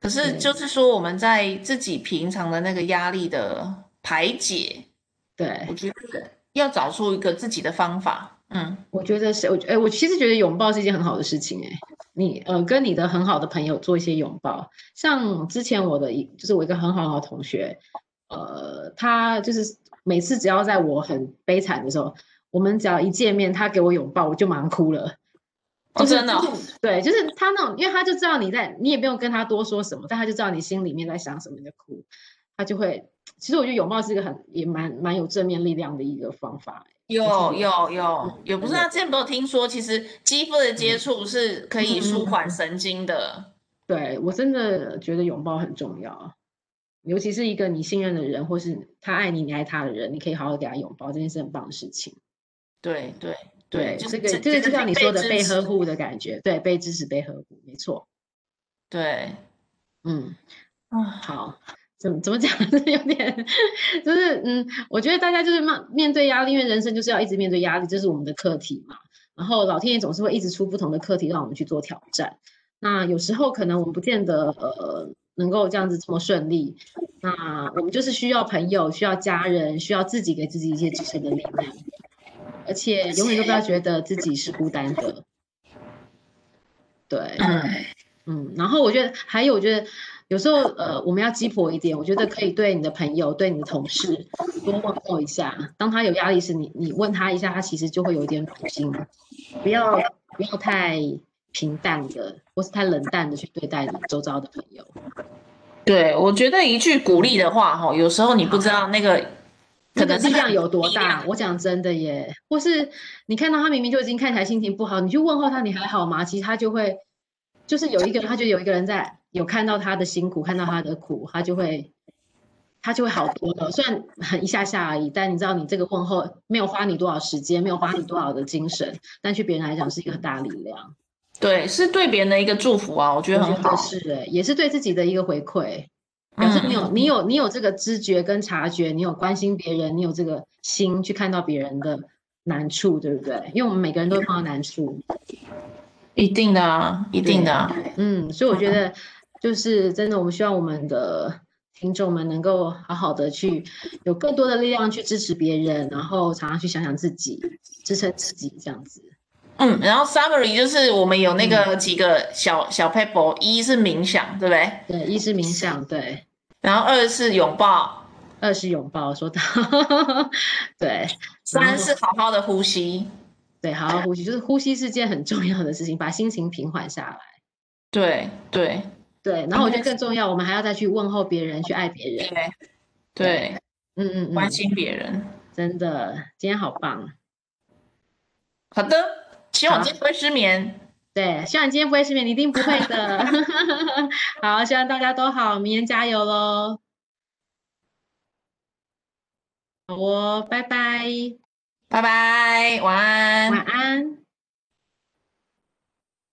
S3: 可是
S1: 对
S3: 就是说我们在自己平常的那个压力的排解，
S1: 对
S3: 我，觉得要找出一个自己的方法。嗯，
S1: 我觉得是，我哎，我其实觉得拥抱是一件很好的事情哎、你呃跟你的很好的朋友做一些拥抱，像之前我的一就是我一个很好的同学，呃，他就是每次只要在我很悲惨的时候，我们只要一见面，他给我拥抱，我就马上哭了。
S3: 哦，
S1: 就是
S3: 真的哦，
S1: 就是对，就是他那种，因为他就知道你在，你也不用跟他多说什么，但他就知道你心里面在想什么，你就哭，他就会。其实我觉得拥抱是一个很也蛮蛮有正面力量的一个方法。欸
S3: 有
S1: 是嗯
S3: 有有有，不是
S1: 真
S3: 啊？
S1: 的
S3: 之前不有听说，其实肌肤的接触是可以
S1: 嗯
S3: 舒
S1: 嗯
S3: 缓神经的。
S1: 对我真的觉得拥抱很重要，尤其是一个你信任的人，或是他爱你，你爱他的人，你可以好好给他拥抱，这件事很棒的事情。
S3: 对对
S1: 对，
S3: 就
S1: 这
S3: 是
S1: 个
S3: 这
S1: 这个就像你说的被
S3: 支
S1: 呵
S3: 持。
S1: 护的感觉，对，被支持、被呵护，没错。
S3: 对，
S1: 嗯。
S3: 啊，
S1: 好，怎么怎么讲？就是 [laughs] 有点，就是嗯，我觉得大家就是面面对压力，因为人生就是要一直面对压力，这是我们的课题嘛。然后老天爷总是会一直出不同的课题让我们去做挑战。那有时候可能我们不见得呃能够这样子这么顺利，那我们就是需要朋友，需要家人，需要自己给自己一些支撑的力量，而且永远都不要觉得自己是孤单的。对，
S3: 嗯，
S1: 嗯，然后我觉得还有，我觉得有时候呃，我们要鸡婆一点，我觉得可以对你的朋友、对你的同事多问候一下。当他有压力时，你你问他一下，他其实就会有一点软心，不要不要太平淡的或是太冷淡的去对待你周遭的朋友。
S3: [clears throat] 对，我觉得一句鼓励的话，哈，有时候你不知道
S1: [laughs]
S3: 那个可
S1: 那个
S3: 能是
S1: 力量有多
S3: 力
S1: 大
S3: 量？
S1: 我讲真的耶，或是你看到他明明就已经看起来心情不好，你去问候他，你还好吗？其实他就会，就是有一个人，他觉得有一个人在有看到他的辛苦，看到他的苦，他就会，他就会好多了。虽然很一下下而已，但你知道你这个问候没有花你多少时间，没有花你多少的精神，但对别人来讲是一个很大的力量。
S3: 对，是对别人的一个祝福啊，我觉
S1: 我
S3: 得
S1: 觉
S3: 很
S1: 得
S3: 好。
S1: 是哎，也是对自己的一个回馈。表示你有你有你有这个知觉跟察觉，你有关心别人，你有这个心去看到别人的难处，对不对？因为我们每个人都会碰到难处，
S3: 一定的啊，一定的啊。
S1: 嗯，所以我觉得就是真的，我们希望我们的听众们能够好好的去有更多的力量去支持别人，然后常常去想想自己，支撑自己这样子。
S3: 嗯，然后 summary 就是我们
S1: 嗯
S3: 有那个几个小小 paper，一是冥想，对不对？
S1: 对，一是冥想，对，
S3: 然后二是拥抱，
S1: 二是拥抱，说到， [laughs] 对，
S3: 三是好好的呼吸。
S1: 对，好好呼吸，就是呼吸是件很重要的事情，把心情平缓下来。
S3: 对对
S1: 对，然后我觉
S3: 应
S1: 得更重要，我们还要再去问候别人，去爱别人。
S3: 对对，
S1: 嗯嗯嗯
S3: 关，心别人。
S1: 真的，今天好棒。
S3: 好的，希望
S1: 好
S3: 今天不会失眠。
S1: 对，希望你今天不会失眠，你一定不会
S3: [laughs]
S1: 的。 [laughs] 好，希望大家都好，明天加油喽！好哦，拜拜，
S3: 拜拜，晚安。
S1: 晚安。